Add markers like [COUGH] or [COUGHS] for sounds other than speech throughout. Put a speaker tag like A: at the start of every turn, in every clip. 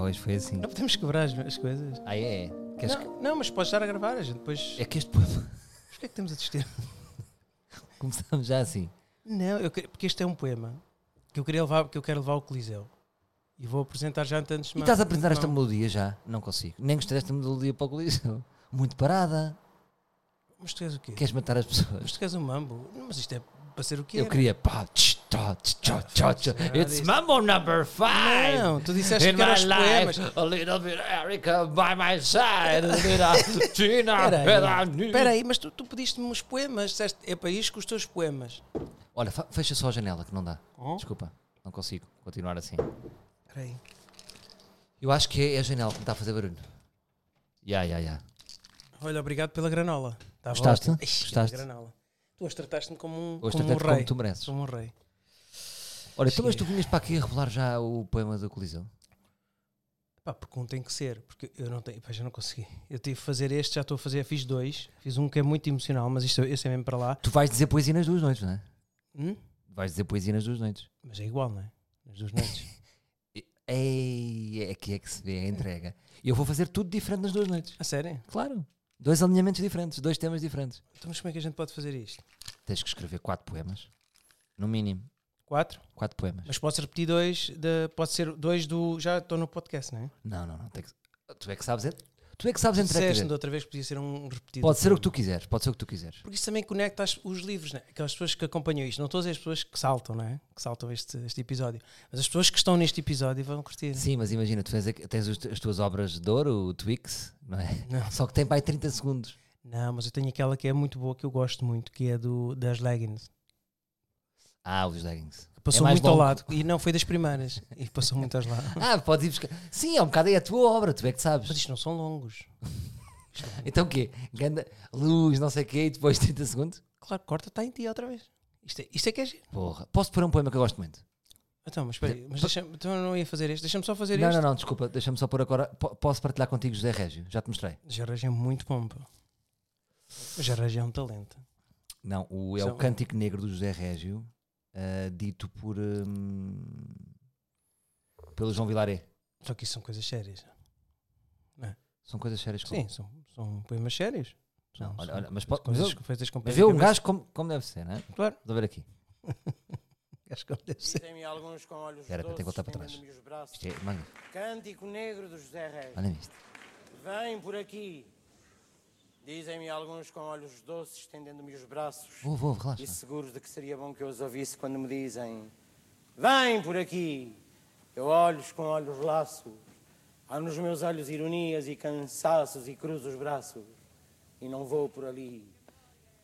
A: Pois foi assim.
B: Não podemos quebrar as, as coisas.
A: Ah, é? Queres
B: não, não, mas podes estar a gravar, a gente depois.
A: que- É que este poema.
B: Porquê é que temos a desistir?
A: [LAUGHS] Começamos já assim.
B: Não, eu que- porque este é um poema que eu, queria levar, que eu quero levar ao Coliseu. E vou apresentar já antes
A: E estás a apresentar
B: então-
A: esta melodia já? Não consigo. Nem gostei desta melodia para o Coliseu. Muito parada.
B: Mas tu queres o quê?
A: Queres matar as pessoas?
B: Mas tu queres um mambo? Não, Mas isto é para ser o quê?
A: Eu queria. pá, tch, tó, tch, tó, tó, tó.
B: nada
A: It's
B: disso.
A: Mambo number five.
B: Não, tu disseste
A: In
B: que
A: my
B: era os poemas.
A: life, a little bit Erica by my side, a
B: [LAUGHS]
A: little Tina,
B: Espera aí,
A: Tina.
B: espera aí, mas tu, tu pediste-me os poemas, disseste, é para isto que os teus poemas.
A: Olha, fa- fecha só a janela que não dá.
B: Oh.
A: Desculpa, não consigo continuar assim.
B: Espera aí.
A: Eu acho que é a janela que me está a fazer barulho. Ya, ya, ya.
B: Olha, obrigado pela granola. Estava
A: Gostaste?
B: ótimo. Ixi,
A: Gostaste?
B: Granola. Tu hoje trataste-me como um,
A: Hoje
B: como um
A: tratei-te como
B: rei.
A: tu mereces.
B: Como um rei.
A: Olha, então, mas tu vinhas para aqui a revelar já o poema do Coliseu?
B: Pá, porque um tem que ser, porque eu não tenho, pá, já não consegui. Eu tive que fazer este, já estou a fazer, fiz dois. Fiz um que é muito emocional, mas isto, esse é mesmo para lá.
A: Tu vais dizer poesia nas duas noites, não é?
B: Hum?
A: Vais dizer poesia nas duas noites.
B: Mas é igual, não é? Nas duas
A: [LAUGHS]
B: noites.
A: Ei, é aqui é que se vê a entrega. [LAUGHS] Eu vou fazer tudo diferente nas duas noites.
B: A sério?
A: Claro. Dois alinhamentos diferentes, dois temas diferentes.
B: Então, mas como é que a gente pode fazer isto?
A: Tens que escrever quatro poemas. No mínimo,
B: Quatro?
A: quatro poemas.
B: Mas posso repetir dois, de, pode ser dois do. Já estou no podcast, não é?
A: Não, não, não. Tem que... Tu é que sabes. Tu é que sabes
B: Disseste
A: entreter.
B: da outra vez que podia ser um repetido.
A: Pode ser o que tu quiseres, pode ser o que tu quiseres.
B: Porque isso também conecta as- os livros, né? aquelas pessoas que acompanham isto. Não estou a dizer as pessoas que saltam, não é? Que saltam este, este episódio. Mas as pessoas que estão neste episódio vão curtir.
A: Sim, mas imagina, tu tens, a- tens os- as tuas obras de ouro, o Twix, não é? [LAUGHS]
B: Não.
A: Só que tem para aí 30 segundos.
B: Não, mas eu tenho aquela que é muito boa, que eu gosto muito, que é do, das leggings.
A: Ah, os leggings.
B: Que passou
A: É mais
B: muito ao
A: longo.
B: lado. E não foi das primeiras. E passou muito aos lados.
A: [LAUGHS] Ah, podes ir buscar. Sim, é um bocado é a tua obra, tu é que
B: Mas
A: sabes.
B: isto não são longos.
A: Então o quê? Ganda luz, não sei o quê, e depois [LAUGHS] 30 segundos?
B: Claro, corta, está em ti outra vez. Isto é, isto é que é. giro.
A: Porra. Posso pôr um poema que eu gosto muito?
B: Então, mas espera aí, mas deixa, então eu não ia fazer este. Deixa-me só fazer
A: Não,
B: este.
A: não, não, desculpa, deixa-me só pôr agora. Po- Posso partilhar contigo José Régio? Já te mostrei.
B: Já é muito pompa. Já é um talento.
A: Não, o, é
B: Isso é
A: o
B: um-
A: Cântico Negro do José Régio, ah, dito por. hum, pelo João Vilaré.
B: Só que isso são coisas sérias.
A: São coisas sérias como-
B: Sim, são, são poemas sérios.
A: Não,
B: São-
A: olha,
B: são
A: olha, mas pode. Mas
B: coisas
A: eu-
B: feitas com
A: mas
B: pés
A: vê
B: e
A: um
B: cabeça.
A: gajo um como, como deve ser, não é?
B: Claro.
A: Vou ver aqui.
B: Acho que deve ser.
C: Dizem-me alguns com olhos
A: Espera, tem que
C: doces,
A: voltar para trás.
C: estendendo-me os braços.
A: Isto é magnífico.
C: Cântico negro do José Reis.
A: Olha isto.
C: Vem por aqui. Dizem-me alguns com olhos doces, estendendo-me os braços.
A: Vou, vou, relaxa.
C: E seguros de que seria bom que eu os ouvisse quando me dizem: Vem por aqui. Eu olhos com olhos laços. Há nos meus olhos ironias e cansaços e cruzo os braços. E não vou por ali.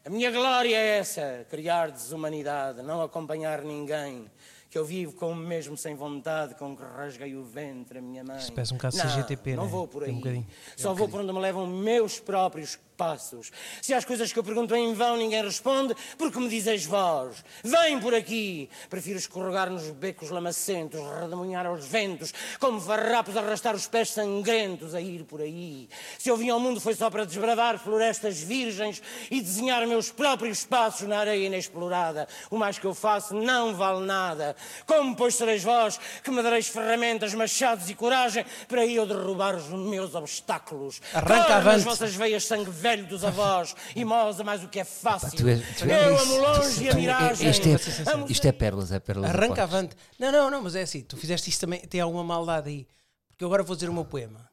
C: A minha glória é essa, criar desumanidade, não acompanhar ninguém. Que eu vivo como mesmo sem vontade, com que rasguei o ventre, a minha mãe.
B: Isto parece um caso
C: não,
B: CGTP,
C: não
B: né?
C: vou por
B: Tem
C: aí.
B: um bocadinho.
C: Só vou por onde me levam meus próprios passos. Se às coisas que eu pergunto em vão ninguém responde, porque me dizeis vós. Vem por aqui. Prefiro escorregar nos becos lamacentos, redemoinhar aos ventos, como farrapos arrastar os pés sangrentos a ir por aí. Se eu vim ao mundo foi só para desbravar florestas virgens e desenhar meus próprios passos na areia inexplorada. O mais que eu faço não vale nada. Como, pois, sereis vós que me dareis ferramentas, machados e coragem para eu derrubar os meus obstáculos?
B: Arranca
C: Corre nas
B: avante.
C: vossas veias sangue velho dos avós [LAUGHS] e moza mais o que é fácil.
A: tu és- tu és- um
C: eu amo longe e a
A: Tu-
C: miragem.
A: este é-
C: Amo-
A: Isto é pérolas, é pérolas. do
B: Arranca
A: Porto.
B: avante. Não, não, não, mas é assim. Tu fizeste isso também, tem alguma maldade aí. Porque eu agora vou dizer o meu poema.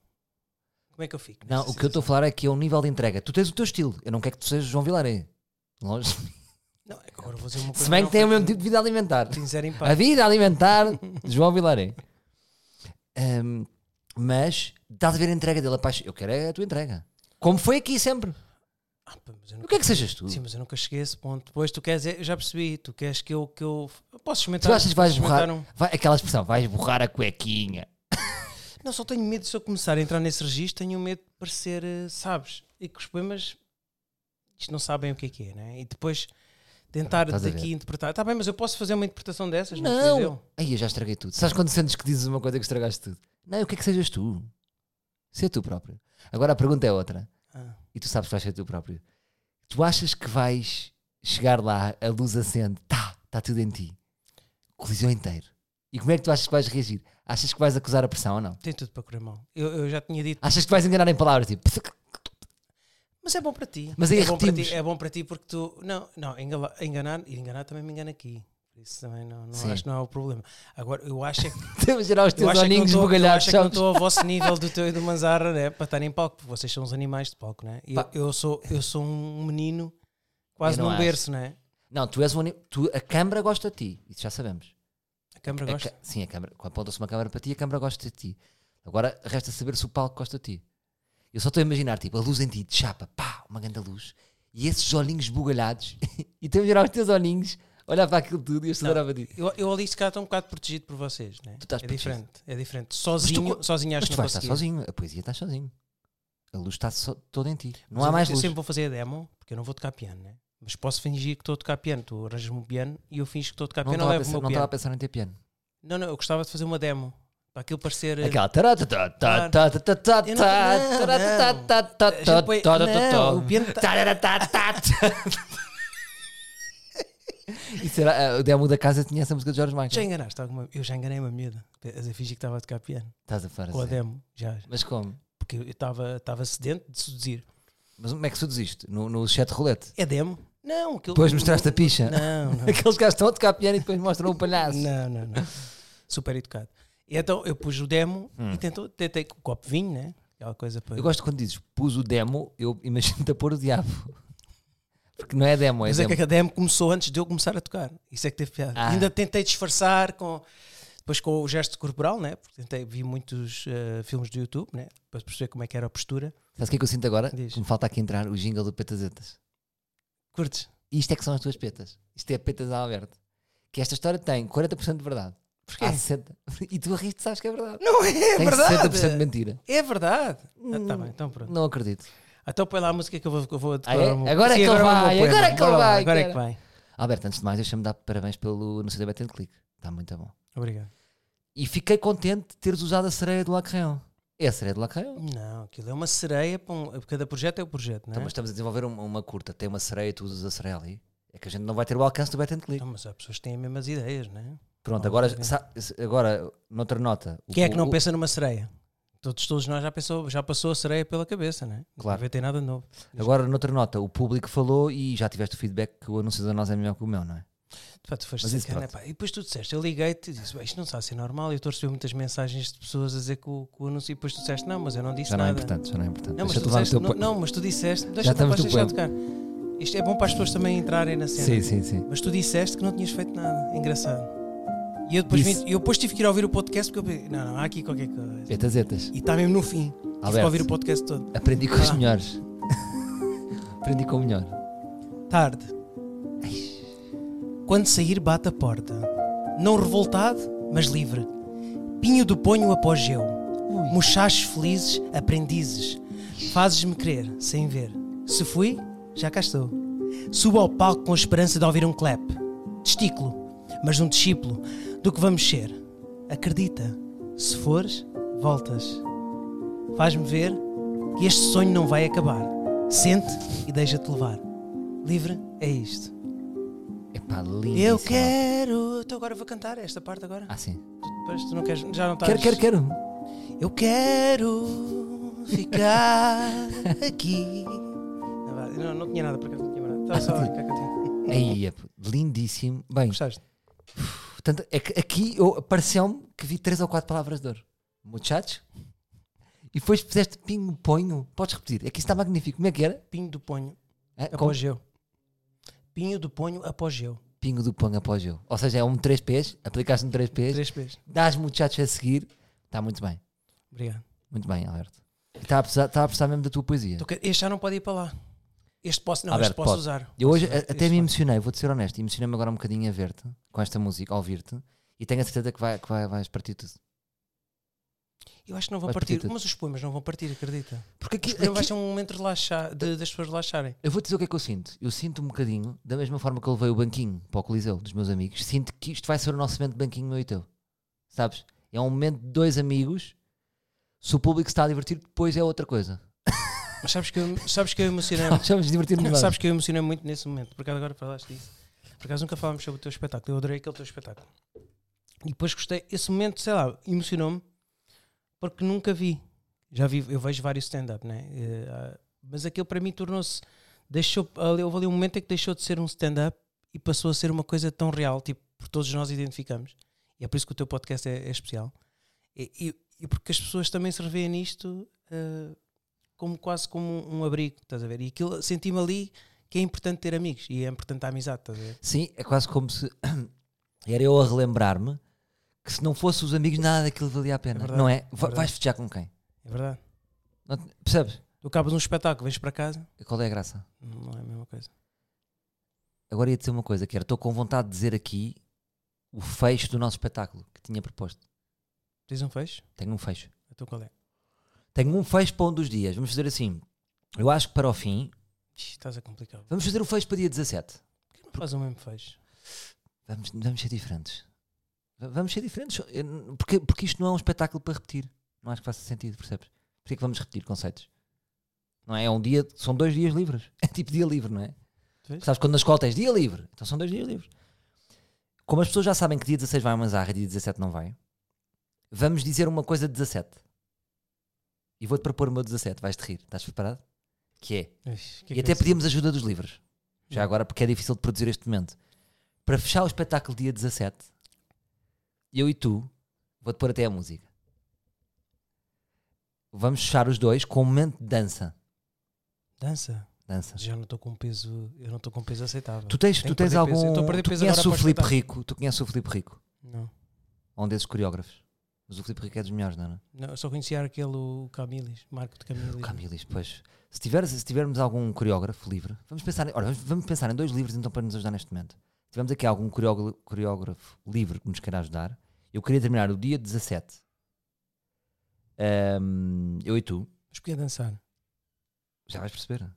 B: Como é que eu fico?
A: Não, o que eu estou a falar é que é o nível de entrega. Tu tens o teu estilo. Eu não quero que tu sejas João Vilaré. Longe.
B: Não, é que agora vou dizer uma coisa.
A: Se bem
B: não
A: que tem o
B: faz-
A: mesmo tipo de vida alimentar.
B: tem zero impacto.
A: A vida alimentar de João Vilaré. Ahm, mas estás a ver a entrega dele. a paixão. Eu quero é a tua entrega. Como foi aqui sempre.
B: Ah, pá, mas eu
A: Eu
B: nunca-
A: quero que sejas tu.
B: Sim, mas eu nunca cheguei a esse ponto. Depois tu queres, eu já percebi, tu queres que eu, que eu eu posso experimentar.
A: Tu achas que vais
B: experimentar
A: borrar?
B: um-
A: vai- aquela expressão, vais borrar a cuequinha.
B: um- Não, só tenho medo se eu começar a entrar nesse registro, tenho medo de parecer, eh, sabes? E que os poemas isto não sabem o que é que é, né? E depois tentar
A: Estás a ver.
B: daqui interpretar. Está bem, mas eu posso fazer uma interpretação dessas? Não.
A: Não!
B: Não.
A: Aí eu já estraguei tudo. Sabes quando sentes que dizes uma coisa que estragaste tudo? Não, eu quero que sejas tu. Ser tu próprio. Agora a pergunta é outra.
B: Ah.
A: E tu sabes que vais ser tu próprio. Tu achas que tá vais chegar lá, a luz acende, tá, está tudo em ti. Coliseu inteiro. E como é que tu achas que vais reagir? Achas que vais acusar a pressão ou não?
B: Tem tudo para correr mal. Eu, eu já tinha dito.
A: Achas que vais enganar em palavras? Tipo, [LAUGHS]
B: Mas é bom para ti.
A: Mas aí
B: é bom para ti,
A: repetimos.
B: é bom para ti porque tu. Não, não, engala- enganar, ir enganar também me engana aqui. Isso também não, não
A: Sim.
B: acho que não é o problema. Agora, eu acho é
A: [LAUGHS]
B: que.
A: temos gerar os
B: Eu
A: teus
B: acho é que não
A: olhinhos
B: estou- eu
A: bugalhados.
B: acho é que não
A: sabes?
B: estou ao vosso nível do teu e do Manzarra né, para estar em palco, porque vocês são os animais de palco, né? Eu,
A: Pá.
B: eu, sou, eu sou um menino quase
A: Eu não
B: num
A: acho.
B: berço, né?
A: Não, tu és um anim- tu, a câmara gosta de ti, isso já sabemos.
B: A câmara
A: A
B: gosta.
A: ca- Sim, a câmara. Quando aponta-se uma câmara para ti, a câmara gosta de ti. Agora resta saber se o palco gosta de ti. Eu só estou a imaginar, tipo, a luz em ti, de chapa, pá, uma grande luz, e esses olhinhos bugalhados, [LAUGHS] e temos a gerar os teus olhinhos, olhar para aquilo tudo e eu adorava disso.
B: Eu, eu ali, se calhar, estou um bocado protegido por vocês, né?
A: Tu estás
B: é
A: protegido.
B: diferente, é diferente. Sozinho,
A: co-
B: sozinho
A: Mas
B: acho
A: tu
B: que não
A: vais estar
B: conseguia.
A: sozinho, a poesia está sozinho. A luz está só- toda em ti. Não
B: Mas
A: há
B: eu-
A: mais
B: eu
A: luz.
B: sempre vou fazer a demo, porque eu não vou tocar piano, né? Mas posso fingir que estou a tocar piano. Tu arranjas-me um piano e eu finjo que estou a tocar
A: Não
B: piano. Eu
A: estava a
B: levo o
A: pensar-
B: meu
A: não estava a
B: piano.
A: pensar em ter piano.
B: Não, não, eu gostava de fazer uma demo. Para aquilo parecer. eh,
A: Aquela. taratata,
B: Claro.
A: tatatata,
B: Eu não- não,
A: taratata,
B: não.
A: tatatata,
B: A gente põe-
A: tatatata.
B: não, o piano tá-
A: Tararatata. Isso era, ah, o demo da casa tinha essa música de Jorge
B: Já
A: Michael.
B: enganaste alguma Eu já enganei uma miúda. Eu fingi que estava a tocar piano.
A: Estás a falar
B: Com a
A: assim.
B: demo, já.
A: Mas como?
B: Porque eu estava estava sedento de seduzir.
A: Mas como é que seduziste? No, no chat roulette?
B: É demo? Não, aquilo.
A: Depois mostraste a picha?
B: Não, não.
A: Aqueles gajos estão a tocar piano e depois mostram o palhaço.
B: Não, não, não. Super educado. E então eu pus o demo e tentou, tentei com o copo de vinho, né? Aquela coisa para.
A: Hum. Eu gosto quando dizes pus o demo, eu imagino-te a pôr o diabo. Porque não é demo, é
B: Mas é
A: demo.
B: que a demo começou antes de eu começar a tocar. Isso é que teve piada.
A: Ah.
B: Ainda tentei disfarçar com. Depois com o gesto corporal, né? Porque tentei, vi muitos eh, filmes do YouTube, né? Para perceber como é que era a postura.
A: Sabes o que é que eu sinto agora?
B: Diz.
A: Que me falta aqui entrar o jingle do Petazetas.
B: Curtes?
A: Isto é que são as tuas petas. Isto é petas à Alberto. Que esta história tem 40% de verdade.
B: Porquê?
A: Há 60. [LAUGHS] E tu arriste, sabes que é verdade. Hum.
B: Não é
A: tem
B: verdade!
A: 60% de mentira.
B: É verdade! Ah, tá bem, então pronto.
A: Não acredito.
B: Então põe lá a música que eu vou, que eu vou
A: Ah, é? Agora é que ele vai, agora é que ele vai,
B: Agora é que
A: cara.
B: vai.
A: Alberto, antes de mais, deixa-me dar parabéns pelo No CD Batendo Clique. Está muito bom.
B: Obrigado.
A: E fiquei contente de teres usado a sereia do Lacreão. É a sereia do Lacreão?
B: Não, aquilo é uma sereia para um. Cada projeto é o projeto, não é?
A: Então, mas estamos a desenvolver um- uma curta. Tem uma sereia e tu usas a sereia ali. É que a gente não vai ter o alcance do Batendo Clique.
B: Não, Então, mas há pessoas que têm as mesmas ideias, não é?
A: Pronto,
B: Não,
A: agora,
B: ok.
A: sa- agora, noutra nota. o-
B: Quem é que não
A: o-
B: pensa numa sereia? Todos, todos nós já, pensou, já passou a sereia pela cabeça, não é?
A: Claro.
B: Não tem nada de novo.
A: Agora, noutra nota, o público falou e já tiveste o feedback que o anúncio da nós é melhor que o meu, não é?
B: Pá, tu foste
A: Mas isso
B: sacana,
A: pronto.
B: pá. E depois tu disseste, eu liguei-te e disse, "Bem, isto não está a ser normal. Eu estou a receber muitas mensagens de pessoas a dizer que o, que o anúncio. E depois tu disseste, não, mas eu não disse
A: Já não é
B: nada.
A: importante, já não é importante.
B: Não, mas
A: Deixa-te
B: tu
A: levar no
B: disseste,
A: teu
B: não,
A: po-
B: não, mas tu disseste,
A: Já
B: deixa
A: estamos
B: deixa
A: no
B: deixar tocar. Isto é bom para as pessoas também entrarem na é cena.
A: Sim, sim, sim.
B: Mas tu disseste que não tinhas feito nada. Engraçado. E eu depois,
A: Disse.
B: vim- eu depois tive que ir ouvir o podcast porque eu pensei, não, não, há aqui qualquer coisa.
A: Petas, etas.
B: E está mesmo no fim. Tive que
A: Alberto.
B: ouvir o podcast todo.
A: Aprendi com os
B: Ah.
A: melhores. [LAUGHS] Aprendi com o melhor.
B: Tarde. Quando sair, bate a porta. Não revoltado, mas livre. Pinho do ponho apogeu. Mochachos felizes, aprendizes. Fazes-me crer, sem ver. Se fui, já cá estou. Subo ao palco com a esperança de ouvir um clap. Testículo, mas um discípulo do que vamos ser. Acredita. Se fores, voltas. Faz-me ver que este sonho não vai acabar. Sente e deixa-te levar. Livre é isto.
A: Epá, lindo.
B: Eu quero. Então agora vou cantar esta parte agora.
A: Ah, sim.
B: Depois tu não queres. Já não estás.
A: Quero, quero, quero.
B: Eu quero ficar aqui. Não, vai, Não, não tinha nada para cá, não tinha nada. Estava
A: Ah,
B: só a ficar contigo.
A: Aí, é, lindíssimo. Bem,
B: Gostaste?
A: portanto, é que aqui eu- pareceu-me que vi três ou quatro palavras de ouro. Muchachos. E depois puseste pingo, ponho. Podes repetir. É que isso está magnífico. Como é que era?
B: Pinho do ponho
A: Ah, com
B: apogeu. Pinho do ponho apogeu.
A: pingo do pão após eu. Ou seja, é um 3Ps. Aplicaste um 3Ps.
B: Três vezes.
A: dás muchachos a seguir, está muito bem,
B: Obrigado.
A: muito bem, Alberto. Está a precisar, está a precisar mesmo da tua poesia.
B: Então, Este já não pode ir para lá. Este posso, não,
A: Alberto,
B: este posso
A: pode.
B: usar.
A: Eu hoje
B: Posso
A: a-
B: usar.
A: até
B: Este
A: me
B: posso.
A: emocionei, vou-te ser honesto, emocionei-me agora um bocadinho a ver-te com esta música, a ouvir-te, e tenho a certeza que, vai, que vai, vais partir tudo.
B: Eu acho que não vão
A: Vai partir
B: partir,
A: tudo.
B: mas os poemas não vão partir, acredita.
A: Porque aqui,
B: Os poemas vai ser um momento de relaxar, de, das pessoas relaxarem.
A: eu vou-te dizer o que é que eu sinto. Eu sinto um bocadinho, da mesma forma que eu levei o banquinho para o Coliseu dos meus amigos, sinto que isto vai ser o nosso momento de banquinho meu e teu. Sabes? É um momento de dois amigos. Se o público se está a divertir, depois é outra coisa.
B: Mas sabes que eu, sabes que eu emocionei.
A: Nós vamos [LAUGHS] divertir-nos mais.
B: sabes É que eu emocionei muito nesse momento. Por acaso agora falaste disso. Por acaso nunca falámos sobre o teu espetáculo. Eu adorei aquele teu espetáculo. E depois gostei, esse momento, sei lá, emocionou-me porque nunca vi. Já vi, eu vejo vários stand-up, né? Eh, ah, Mas aquele para mim tornou-se. Deixou, ali, houve ali um momento em que deixou de ser um stand-up e passou a ser uma coisa tão real, tipo, por todos nós identificamos. E é por isso que o teu podcast é, é especial. E, e- e porque as pessoas também se revêem nisto eh, como quase como um, um abrigo, estás a ver? E aquilo senti-me ali que é importante ter amigos e é importante a amizade, estás a ver?
A: Sim, é quase como se [CLEARS THROAT] era eu a relembrar-me que se não fosse os amigos nada daquilo valia a pena,
B: verdade,
A: não
B: é
A: é? Va-
B: verdade.
A: Vais fechar com quem?
B: É verdade.
A: Não te- percebes?
B: Tu acabas um espetáculo, vens para casa,
A: Qual é a graça?
B: não é a mesma coisa.
A: Agora ia dizer uma coisa que era, estou com vontade de dizer aqui o fecho do nosso espetáculo que tinha proposto.
B: Tens um fecho?
A: Tenho um fecho.
B: Então qual é?
A: Tenho um fecho para um dos dias. Vamos fazer assim. Eu acho que para o fim,
B: Ixi, estás a complicar.
A: vamos fazer o fecho para dia 17.
B: Não faz o mesmo fecho.
A: Vamos, vamos ser diferentes. Va- Vamos ser diferentes. Eu n- Porque, porque isto não é um espetáculo para repetir. Não acho que faça sentido, percebes? Porquê é que vamos repetir conceitos? Não é? É um dia, são dois dias livres. [LAUGHS] É tipo dia livre, não é?
B: Vês?
A: Sabes quando na escola tens dia livre? Então são dois dias livres. Como as pessoas já sabem que dia 16 vai uma zarra e dia 17 não vai, vamos dizer uma coisa de 17. E vou-te propor o meu 17, vais-te rir. Estás preparado? Que é.
B: Ixi, que Hum. é
A: E
B: que
A: até
B: é isso?
A: pedimos ajuda dos livros. Já agora, porque é difícil de produzir este momento. Para fechar o espetáculo dia 17, eu e tu, vou-te pôr até a música. Vamos fechar os dois com um momento de dança.
B: Dança.
A: Dança.
B: Já não estou com um peso, eu não estou com um peso aceitável.
A: Tu tens,
B: Tenho que
A: tu tens
B: perder
A: algum.
B: peso. Eu estou a perder
A: tu
B: peso agora
A: conheces o
B: para o
A: Filipe
B: espetáculo.
A: Rico? Tu conheces o Filipe Rico?
B: Não.
A: Um desses coreógrafos. Mas o Filipe Rico é dos melhores, não é?
B: não, eu só conhecia aquele o Camilis, Marco de Camilis.
A: O Camilis, pois. Se, tiveres, se tivermos algum coreógrafo livre, vamos pensar, em- ora, vamos, vamos pensar em dois livros então para nos ajudar neste momento. Se tivermos aqui algum coreógrafo, coreógrafo livre que nos queira ajudar, eu queria terminar o dia 17. Ahm, eu e tu,
B: Mas podia dançar.
A: já vais perceber.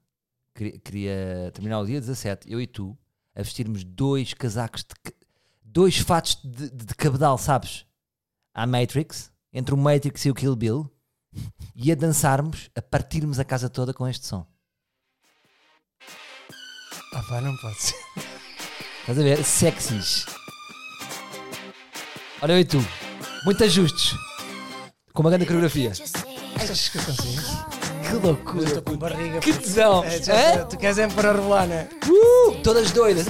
A: Queria, queria terminar o dia 17, eu e tu, a vestirmos dois casacos de. ca- dois fatos de, de, de cabedal, sabes? À Matrix, entre o Matrix e o Kill Bill, [LAUGHS] e a dançarmos, a partirmos a casa toda com este som.
B: Ah, pá, não pode ser.
A: Estás a ver? Sexys. Olha eu e tu. Muito ajustes. Com uma grande coreografia.
B: Achas que eu consigo? [LAUGHS]
A: Que loucura.
B: Com barriga.
A: Que tesão.
B: É, já-
A: Hã?
B: Tu queres é para revelar, né?
A: Uh, todas doidas.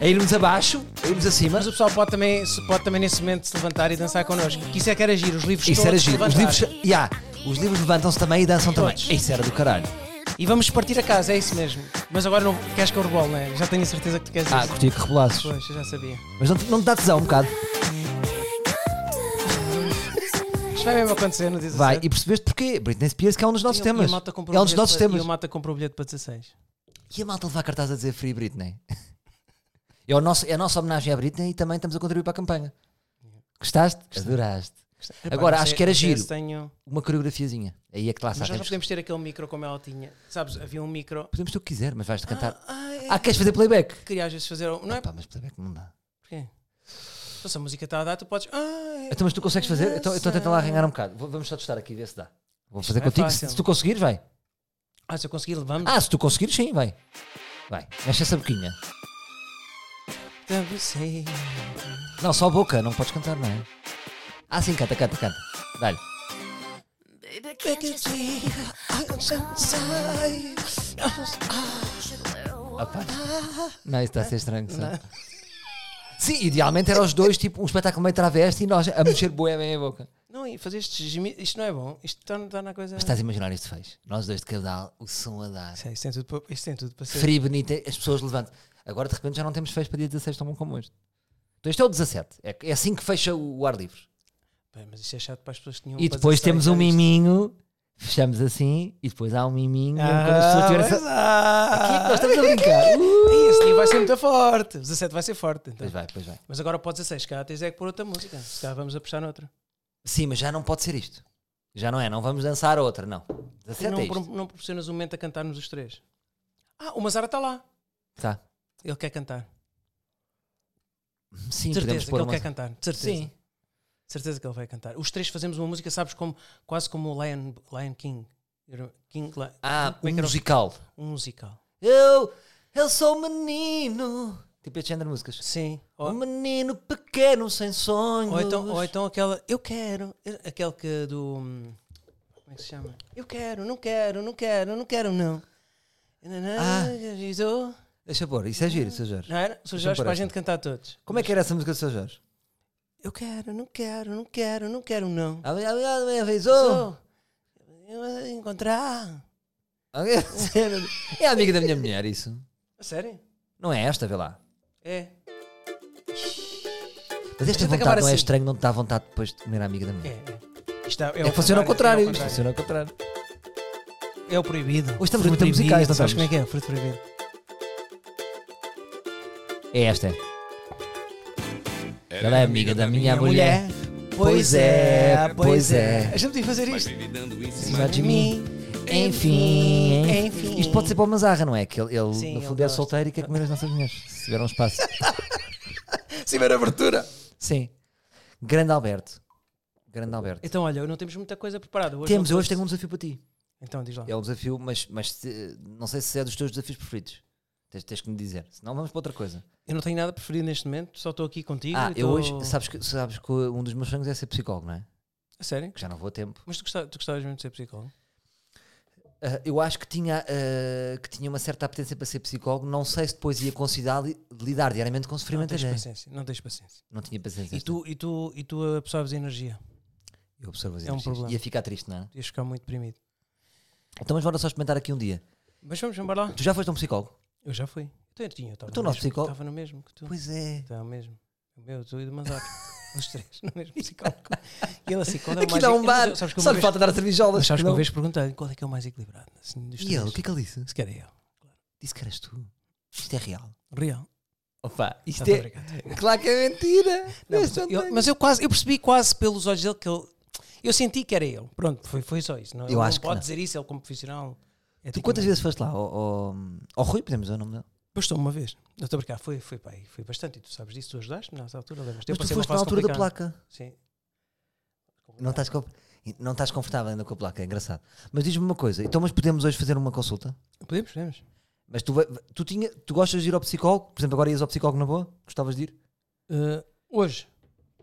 A: A irmos abaixo, a irmos acima.
B: Mas o pessoal pode também, se- pode também nesse momento se levantar e dançar connosco. Que isso é que era giro, os livros
A: Isso
B: todos
A: era
B: se
A: giro. Os
B: levantarem.
A: livros, Ya, os livros levantam-se também e dançam também. Isso era do caralho.
B: E vamos partir a casa, é isso mesmo. Mas agora não queres que eu rebole, não é? Já tenho a certeza que tu queres
A: Ah,
B: isso.
A: curtia que rebolasses.
B: Pois, eu já sabia.
A: Mas não, te- não te dá tesão um bocado.
B: Isto vai mesmo acontecer no 17.
A: Vai, e percebeste porquê? Britney Spears que é um dos nossos temas.
B: E a malta comprou
A: É um
B: bilhete
A: dos nossos
B: para-
A: temas.
B: E a malta comprou o bilhete para 16.
A: E a malta levar cartaz a dizer Free Britney? [LAUGHS] É, o nosso, é a nossa homenagem à Britney e também estamos a contribuir para a campanha. Gostaste? Adoraste. Agora,
B: não
A: acho
B: sei-
A: que era
B: não sei
A: giro.
B: se Tenho...
A: Uma coreografiazinha. Aí é que lá
B: Mas
A: está.
B: nós não
A: Temos...
B: podemos ter aquele micro como ela tinha. Sabes, havia um micro.
A: Podemos ter o que quiser, mas vais-te cantar.
B: Ah, é.
A: Ah, queres fazer playback?
B: Queria às vezes fazer. Não é?
A: Pá, mas playback não dá.
B: Porquê? Então, se a música está a dar, tu podes. Ah, é.
A: Então, mas tu consegues fazer? Então, eu estou a tentar lá arranhar um bocado. Vou- Vamos só testar aqui, ver se dá. Vou fazer
B: é
A: contigo.
B: fácil.
A: Se, se tu conseguires, vai.
B: Ah, se eu conseguir, levamos.
A: Ah, se tu conseguires, sim, vai. Vai. Mexe essa boquinha.
B: Então, sei.
A: Não, só a boca, não podes cantar, não é? Ah, sim, canta, canta, canta. Dá-lhe. Opa. Ah. Não, isso está a ser estranho. sabe? Sim, idealmente eram os dois, tipo, um espetáculo meio travesti e nós a mexer boé bem a boca.
B: Não, e fazer estes gemidos. Isto não é bom. Isto está, está na coisa.
A: Mas estás a imaginar isto fez? Nós dois de cabedal, o som a dar.
B: Isto, é- isto tem tudo para, isto tem tudo para ser.
A: Frio, bonito, as pessoas levantam. Agora de repente já não temos fecho para dia 16 tão bom como este. Então este é o 17. É, é assim que fecha o, o ar livre.
B: Bem, mas isto é chato para as pessoas que tinham.
A: E
B: para
A: depois
B: 16,
A: temos um
B: já viste?
A: miminho, fechamos assim, e depois há um miminho. mesmo quando as pessoas
B: Ah,
A: tiverem-
B: pois há.
A: Aqui é que nós estamos a brincar. Uh!
B: Ih, Esse dia vai ser muito forte. O 17 vai ser forte. Então.
A: Pois vai, pois vai.
B: Mas agora para o 16, cá tens é que pôr outra música. Se calhar vamos apostar noutra.
A: Sim, mas já não pode ser isto. Já não é, não vamos dançar outra, não. 17 é
B: Não,
A: isto.
B: pro- não proporcionas um momento a cantarmos os três. Ah, o Mazara está lá.
A: Tá.
B: Ele quer cantar.
A: Sim,
B: De
A: podemos
B: certeza que
A: pôr
B: ele
A: uma...
B: quer cantar. De certeza.
A: Sim.
B: De certeza que ele vai cantar. Os três fazemos uma música, sabes, como, quase como o Lion, Lion King. Era um King Lion.
A: Ah,
B: Como é
A: um
B: que era o-
A: musical.
B: um musical.
A: Eu, eu sou menino. Tipo este género de músicas.
B: Sim. Ou,
A: Um menino pequeno sem sonhos.
B: ou Oh. então, ou então aquela. Eu quero. Aquele que do. hum, Como é que se chama? Eu quero, não quero, não quero, não quero, não.
A: Ah.
B: Avisou.
A: Deixa pôr, isso é giro, Sr. Jorge.
B: Não era? Sou Jorge
A: pôr
B: para a
A: esta.
B: gente cantar todos.
A: Como é que era essa música do Sr. Jorge?
B: Eu quero, não quero, não quero, não quero, não.
A: Alguém- alguém- alguém avisou?
B: Sou. Eu a encontrar.
A: Alguém- É a amiga da minha mulher, isso.
B: A sério?
A: Não é esta, vê lá.
B: É.
A: Mas esta
B: Deixa-te acabar
A: vontade não é
B: assim.
A: estranho, não te dá vontade depois de comer a amiga da
B: É,
A: mulher.
B: é. Isto é,
A: É, que funciona ao contrário.
B: É o
A: Isto funciona ao contrário.
B: É o proibido. Hoje
A: estamos muito musicais, não
B: Sabes
A: estamos?
B: como é que é? Fruto proibido.
A: É esta. Ela é amiga da minha mulher. Pois
B: Pois
A: é,
B: é,
A: pois
B: pois
A: é.
B: é. A gente podia fazer isto.
A: Cima de mim. Enfim, enfim.
B: Enfim.
A: Isto pode ser para o Manzarra, não é? Que ele, ele,
B: Sim,
A: no
B: ele
A: fundo é
B: gosta.
A: solteiro e quer comer as nossas mulheres. Se tiver um espaço.
B: Sim, era abertura.
A: Sim. Grande Alberto. Grande Alberto.
B: Então, olha, não temos muita coisa preparada. Hoje
A: Temos,
B: não trouxe-
A: hoje tenho um desafio para ti.
B: Então, diz lá.
A: É um desafio, mas, mas se- não sei se é dos teus desafios preferidos. Tens, tens que me dizer. Senão vamos para outra coisa.
B: Eu não tenho nada preferido neste momento, só estou aqui contigo.
A: Ah,
B: e
A: eu
B: tô-
A: hoje, sabes que, sabes que um dos meus sonhos é ser psicólogo, não é?
B: A sério?
A: Que já não vou a tempo.
B: Mas tu, gostava, tu gostavas mesmo de ser psicólogo?
A: Ah, eu acho que tinha, ah, que tinha uma certa apetência para ser psicólogo. Não sei se depois ia considerar li- lidar diariamente com
B: Não
A: sofrimento
B: Ah, tens
A: alheio.
B: paciência. Não tens paciência.
A: Não tinha paciência.
B: E tu, e, tu, e tu absorves energia.
A: Eu observo as
B: É um
A: energias.
B: problema.
A: Ia ficar triste, não é?
B: Ias ficar muito deprimido.
A: Então mas bora só experimentar aqui um dia.
B: Mas vamos, embora lá.
A: Tu já foste a um psicólogo?
B: Eu já fui. Então eu tinha. eu estava
A: Então o
B: no
A: nosso
B: mesmo-
A: psicólogo-
B: Estava no mesmo que tu.
A: Pois é.
B: Está Então, o mesmo. O meu, tu e o do
A: [LAUGHS]
B: Manzato. Os três no mesmo psicólogo. E ele assim, qual é o
A: Aqui
B: mais
A: dá um
B: equi-
A: bar.
B: Sabes que
A: Só
B: uma
A: lhe
B: vez,
A: falta dar cervejolas.
B: sabes que
A: não?
B: uma vez perguntei qual é que é o mais equilibrado. Assim, dos
A: E ele,
B: três.
A: o que é que ele disse?
B: Se calhar é eu.
A: Disse que eras tu. Isto é real.
B: Real.
A: Opa, isto
B: Muito
A: é.
B: obrigado.
A: Claro que é mentira.
B: Não,
A: Mas
B: mas,
A: não
B: eu,
A: tenho.
B: mas eu quase, eu percebi quase pelos olhos dele que ele. Eu senti que era ele. Pronto, foi, foi só isso. Não, é?
A: Eu
B: ele não
A: acho que
B: pode
A: não.
B: dizer isso, ele como profissional. é tipo
A: Tu quantas
B: eticamente.
A: vezes foste lá? Ao, ao, ao Rui, podemos dizer o nome dele?
B: Bastou uma vez. Não estou a brincar, foi, foi, pá, foi bastante. E tu sabes disso, tu ajudaste-me nessa altura, lembras-te? Eu
A: Mas tu
B: passei uma
A: foste na
B: fase
A: altura da
B: complicada.
A: placa.
B: Sim.
A: Não estás, com- não estás confortável ainda com a placa, é engraçado. Mas diz-me uma coisa, então mas podemos hoje fazer uma consulta?
B: Podemos, podemos.
A: Mas tu, vai- tu, tinha, tu gostas de ir ao psicólogo? Por exemplo, agora ias ao psicólogo na boa? Gostavas de ir?
B: Eh, hoje,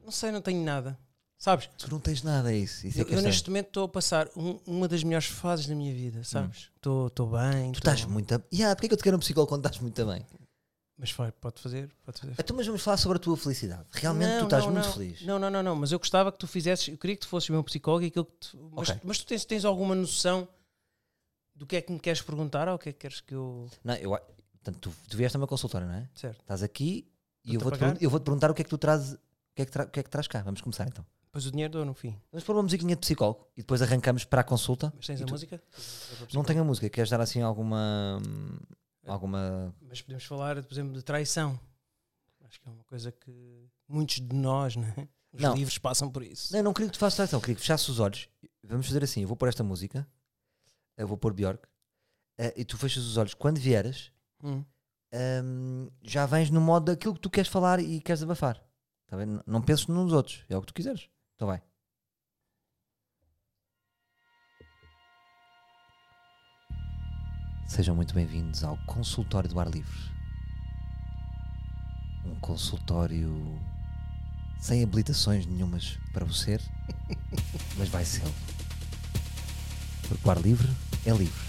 B: não sei, não tenho nada. Sabes?
A: Tu não tens nada, é isso. isso é
B: Eu,
A: que
B: eu
A: eu sei.
B: neste momento estou a passar um- uma das melhores fases da minha vida, sabes? Estou estou bem.
A: Hum. Tu estás muito. A... Yeah, porque é que eu te quero um psicólogo quando estás muito bem?
B: Mas fa- pode fazer, pode fazer.
A: Então, mas vamos falar sobre a tua felicidade. Realmente tu estás muito
B: não.
A: feliz.
B: Não, não, não, não, mas eu gostava que tu fizesses, eu queria que tu fosses o meu psicólogo e aquilo que tu, mas,
A: Ok.
B: mas tu tens, tens alguma noção do que é que me queres perguntar ou o que é que queres que eu.
A: Não, eu... a- Portanto, tu, tu vieste a uma consultório, não é?
B: Certo.
A: Estás aqui
B: Estou-te
A: e eu vou,
B: a pagar.
A: te eu vou te perguntar o que é que tu trazes. O que, é que tra- o que é que traz cá? Vamos começar então.
B: Depois o dinheiro dou no fim.
A: Vamos pôr uma musiquinha de psicólogo e depois arrancamos para a consulta.
B: Mas tens
A: E
B: a
A: tu-
B: música?
A: Não tenho a música, queres dar assim alguma. hum, Alguma.
B: Mas podemos falar, por exemplo, de traição. Acho que é uma coisa que muitos de nós, né? Os
A: Não.
B: livros passam por isso.
A: Não, eu não queria que tu faças traição, queria que fechasses os olhos. Vamos fazer assim: eu vou pôr esta música, eu vou pôr Bjork, eh, e tu fechas os olhos. Quando vieres,
B: Hum.
A: hum, já vens no modo daquilo que tu queres falar e queres abafar. Tá bem? N- Não penses nos outros, é o que tu quiseres. Então vai. Sejam muito bem-vindos ao consultório do ar livre. Um consultório sem habilitações nenhumas para o ser, [LAUGHS] mas vai ser. Porque o ar livre é livre.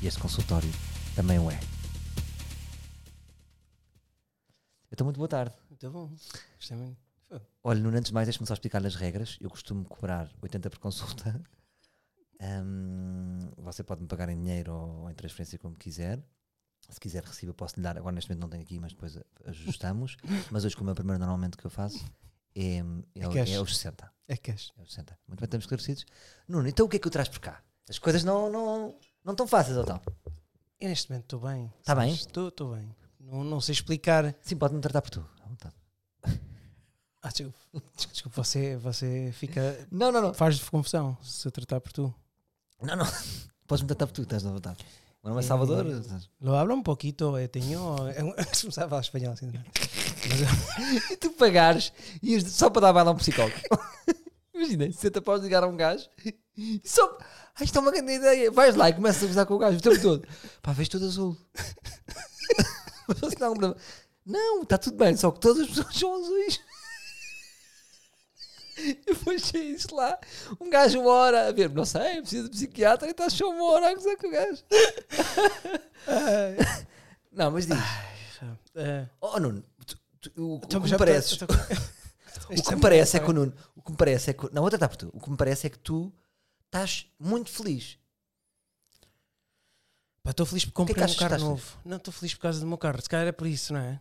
A: E este consultório também o é. Então, muito boa tarde.
B: Muito bom. Isto é muito- Pô,
A: Olha, Nuno, antes de mais, deixa-me só explicar as regras. Eu costumo cobrar 80 por consulta. [LAUGHS] Ahm, você pode me pagar em dinheiro ou, ou em transferência, como quiser. Se quiser, recibo, posso lhe dar. Agora, neste momento, não tenho aqui, mas depois a- [LAUGHS] ajustamos. mas hoje, como é o primeiro normalmente que eu faço, é, é,
B: cash.
A: é os 60.
B: É cash.
A: É os 60. Muito bem, estamos esclarecidos. Nuno, então o que é que eu traz por cá? As coisas não não não estão fáceis, então. ou tal?
B: Eu neste momento estou bem.
A: Tá
B: sabes?
A: bem?
B: Estou estou bem. Não, não sei explicar.
A: Sim, pode-me tratar por tu. À vontade.
B: Ah, desculpa, [LAUGHS] desculpa você, você fica.
A: Não, não, não.
B: Faz confusão se eu tratar por tu.
A: Não, [LAUGHS] não. Podes-me tratar por tu, estás à vontade. O meu nome é Salvador.
B: Eh,
A: estás-
B: Lo hablo un poquito, eh, tenho. [LAUGHS] Começava a falar espanhol assim. de nada. Mas eu-
A: E tu pagares e ias só para dar baila a um psicólogo. [LAUGHS] Imagina, 60 paus de ligar a um gajo e só. Ah, isto é uma grande ideia. Vais lá e [LAUGHS] começas a gozar com o gajo o tempo todo. Pá, vês todo azul. Mas você dá um problema. Não, está tudo bem, só que todas as pessoas são azuis. [LAUGHS] Eu achei isso lá. Um gajo uma hora a ver, não sei, precisa de psiquiatra e está só uma hora a gozar com
B: [LAUGHS]
A: o gajo. não, mas diz.
B: Ah,
A: Oh, Nuno, tu- tu- o, o que
B: então,
A: me
B: já-
A: pareces,
B: então-
A: [LAUGHS] o que me parece é que o Nuno, o que me parece é que, não, vou tratar por tu, o que me parece é que tu estás muito feliz.
B: [LAUGHS] Pá, estou feliz porque
A: que é que
B: comprei um
A: achas que
B: carro
A: estás
B: novo. Não, estou feliz por causa do meu carro. Se calhar é por isso, não é?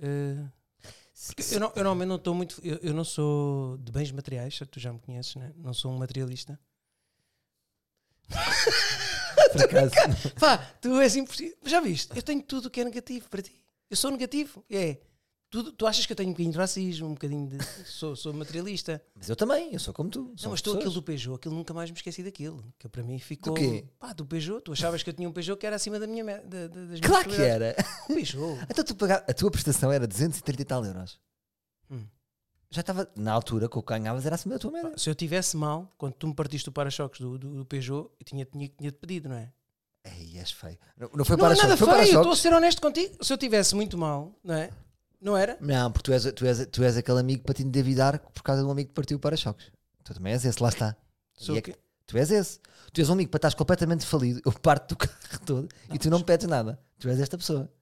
B: Eh, porque eu, não, eu normalmente não estou muito. Eu, eu não sou de bens materiais, certo? tu já me conheces, não é? Não sou um materialista.
A: Por acaso,
B: Pá, tu és impossível. Já viste? Eu tenho tudo o que é negativo para ti. Eu sou negativo. É. Tudo, tu achas que eu tenho um bocadinho de racismo, um bocadinho de. Sou, sou
A: [LAUGHS]
B: materialista.
A: mas eu também, eu sou como tu.
B: Não,
A: são
B: mas estou aquilo
A: pessoas.
B: do Peugeot, aquilo nunca mais me esqueci daquilo. Que para mim ficou.
A: quê?
B: Pá, do Peugeot. Tu achavas que eu tinha um Peugeot que era acima da minha. me- Da, da- das minhas
A: Claro que
B: possibilidades.
A: era.
B: [LAUGHS] Um Peugeot.
A: Então tu pagava, a tua prestação era 230 e tal euros.
B: Hum.
A: Já estava, na altura, com o que ganhavas era acima da tua média.
B: Se eu tivesse mal, quando tu me partiste o para-choques do, do, do Peugeot, eu tinha, tinha, tinha te pedido, não é?
A: Ei, és feio. Não, não foi
B: não
A: para
B: é nada
A: choque,
B: feio, eu
A: foi
B: estou
A: para
B: a
A: choque.
B: ser honesto contigo. Se eu tivesse muito mal, não é? Não era?
A: Não, porque tu és, tu, és, tu és aquele amigo para te endividar por causa de um amigo que partiu o para-choques. Tu também és esse, lá está.
B: Sou o
A: E é que-
B: quê?
A: tu és esse. Tu és um amigo para estás completamente falido, eu parto do carro todo e tu não me pedes nada. Tu és esta pessoa.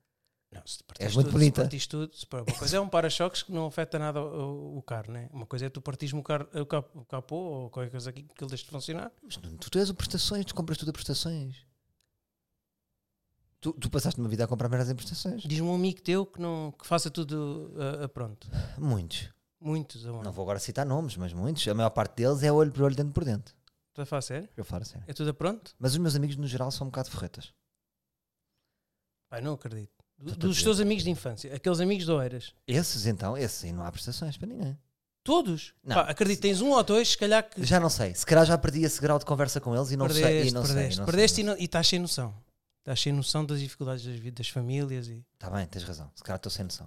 B: Não, se te partiste
A: És muito
B: tudo,
A: bonita.
B: Se partiste tudo, se, pá, uma coisa é um para-choques que não afeta nada o, o- o carro, não é? Uma coisa é tu partires-me o, car- o, cap- o capô ou qualquer coisa aqui que ele deixe de funcionar.
A: Mas Nuno, tu, tu és o prestações, tu compras tudo a prestações. Tu, tu passaste uma vida a comprar merdas em prestações.
B: Diz-me um amigo teu que, não, que faça tudo a, a pronto.
A: Muitos.
B: Muitos, aonde?
A: Não vou agora citar nomes, mas muitos. A maior parte deles é olho por olho, dente por dente.
B: Estás a falar sério?
A: Eu falo a sério.
B: É tudo a pronto?
A: Mas os meus amigos, no geral, são um bocado ferretas.
B: Pai, não acredito. Do-
A: Estou-te a
B: dos
A: dizer.
B: teus amigos de infância, aqueles amigos de Oeiras.
A: Esses, então, esses aí não há prestações para ninguém.
B: Todos?
A: Não.
B: Pá, acredito, tens um ou dois, se calhar que
A: Já não sei. Se calhar já perdi esse grau de conversa com eles e não
B: perdeste,
A: sei. E não
B: perdeste,
A: sei, e não
B: perdeste
A: sei,
B: e não- e estás sem noção. Estás sem noção das dificuldades das vidas das famílias e.
A: Está Tá bem, tens razão. Se calhar estou sem noção.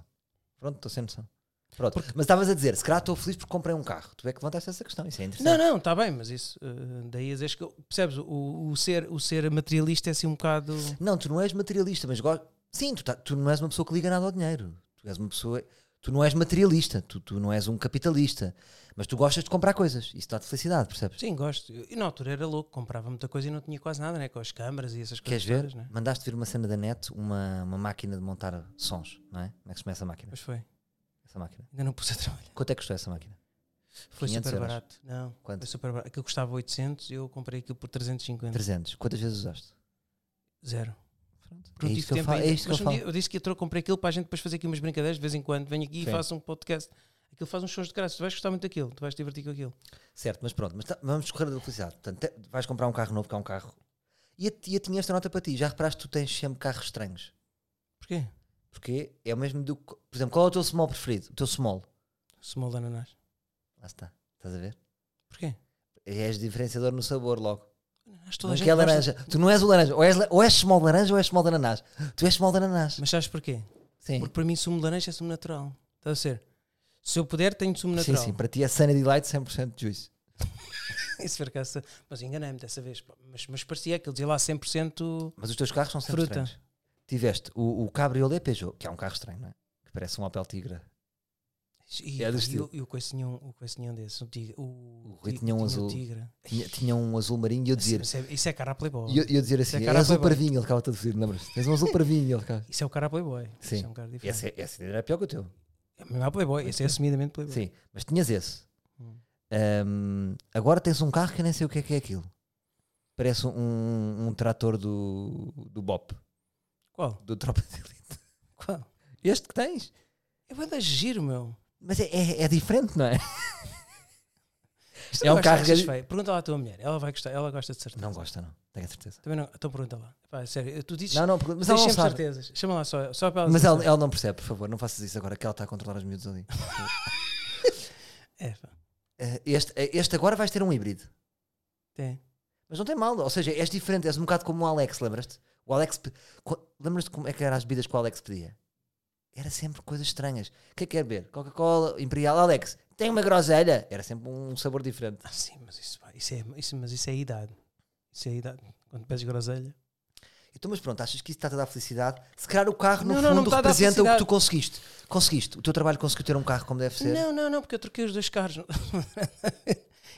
A: Pronto, estou sem noção. Pronto. Mas estavas a dizer, se calhar estou feliz porque comprei um carro. Tu é que levantaste essa questão. Isso é interessante.
B: Não, não, está bem, mas isso eh, daí a dizeres que eu- percebes, o, o, ser, o ser materialista é assim um bocado.
A: Não, tu não és materialista, mas gosto. Sim, tu, tá- tu não és uma pessoa que liga nada ao dinheiro. Tu és uma pessoa. Tu não és materialista, tu, tu não és um capitalista, mas tu gostas de comprar coisas. Isso dá-te felicidade, percebes?
B: Sim, gosto. Eu- E na altura era louco, comprava muita coisa e não tinha quase nada, né? Com as câmaras e essas coisas.
A: Queres ver?
B: todas, né?
A: Mandaste vir uma cena da net, uma, uma máquina de montar sons, não é? Como é que se chama essa máquina?
B: Mas foi.
A: Essa máquina.
B: Ainda não pus a trabalhar.
A: Quanto é que custou essa máquina?
B: Foi
A: 500
B: super
A: euros.
B: barato. Não,
A: Quanto?
B: foi super barato. Aquilo custava 800 eu comprei aquilo por 350.
A: 300. Quantas vezes usaste?
B: Zero.
A: Pronto.
B: Não
A: É
B: tive
A: isto que eu
B: tempo
A: falo. É
B: ainda.
A: isto que eu
B: Mas um
A: falo.
B: dia eu disse que eu tro- comprei aquilo para a gente depois fazer aqui umas brincadeiras de vez em quando. Venho aqui
A: Sim.
B: e faço um podcast. Aquilo faz uns shows de graça. Tu vais gostar muito daquilo. Tu vais te divertir com aquilo.
A: Certo, mas pronto, mas tá- vamos correr da felicidade. Portanto, te- vais comprar um carro novo, que é um carro. E eu, e eu tinha esta nota para ti. Já reparaste que tu tens sempre carros estranhos?
B: Porquê?
A: Porque é o mesmo do que. Por exemplo, qual é o teu small preferido? O teu small.
B: Small de ananás.
A: Lá está. Estás a ver?
B: Porquê?
A: És diferenciador no sabor logo.
B: Ananás toda a
A: Não
B: gente
A: quer
B: gosta.
A: laranja. Tu não és o laranja. Ou és, la- ou és small de laranja ou és small de ananás. Tu és small de ananás.
B: Mas sabes porquê?
A: Sim.
B: Porque para mim sumo de laranja é sumo natural. Está a ser? Se eu puder, tenho sumo
A: Sim,
B: natural.
A: sim.
B: [LAUGHS]
A: Para ti é Sunny Delight 100% de juice.
B: Isso foi caça. Mas enganei-me dessa vez. pá. Mas, mas parecia que ele dizia lá 100%.
A: Mas os teus carros são sempre
B: Fruta.
A: estranhos. Tiveste o, o Cabriolet Peugeot, que é um carro estranho, não é? Que parece um Opel Tigra.
B: E,
A: É do
B: e,
A: estilo.
B: o- e o coisa tinha um, o coisa tinha um desses. um tigre. O,
A: Rui
B: ti-
A: tinha um
B: o
A: azul.
B: tigre.
A: Tinha, tinha um azul marinho e eu dizer.
B: Isso, é, isso é cara a playboy.
A: E eu, e eu dizer assim,
B: Essa
A: é
B: cara
A: azul
B: foi bem.
A: parvinho, ele ficava todo fodido, lembras-te? Tens um azul parvinho, ele ficava.
B: Isso é o cara a playboy.
A: Sim.
B: Isso é um cara diferente.
A: Esse, é- esse era pior que o teu.
B: É mesmo a Playboy, esse é assumidamente Playboy.
A: Sim, mas tinhas esse.
B: Hum.
A: Ahm, agora tens um carro que eu nem sei o que é que é aquilo. Parece um, um trator do, do Bop,
B: Qual?
A: do Tropa de Elite.
B: Qual?
A: Este que tens.
B: É bué da giro, meu.
A: Mas é, é, é diferente, não [LAUGHS] é?
B: Isto
A: É
B: eu
A: um
B: acho
A: carro
B: que achas
A: que-
B: feio. Pergunta lá à tua mulher, ela vai gostar, ela gosta de certeza.
A: Não gosta, não. Tenho a certeza.
B: Também não, então pergunta lá. Pá, sério, tu dizes,
A: Não, não, porque-
B: mas
A: mas
B: tens
A: ela não
B: sempre
A: sabe.
B: certezas. Chama lá só, só para ela.
A: Mas
B: dizer
A: ela, ela não percebe, por favor, não faças isso agora, que ela está a controlar os miúdos ali.
B: certeza. É, pá,
A: Eh, este, este agora vais ter um híbrido.
B: tem.
A: Mas não tem mal, ou seja, és diferente, és um bocado como o Alex, lembras-te? O Alex, pe- co- lembras-te como é que eram as bebidas que o Alex pedia? Era sempre coisas estranhas. O que é que quer beber? Coca-Cola, Imperial, Alex, tem uma groselha. Era sempre um sabor diferente.
B: Ah, sim, mas isso, pá, isso é, isso, mas isso é a idade. Isso é a idade. Quando pedes groselha.
A: Eu Então, mas pronto, achas que isso está-te a dar felicidade? Se calhar o carro, no
B: Não, não,
A: fundo,
B: não me está a dar
A: representa o que
B: felicidade.
A: tu conseguiste. Conseguiste. O teu trabalho conseguiu ter um carro como deve ser.
B: Não, não, não, porque eu troquei os dois carros. [LAUGHS]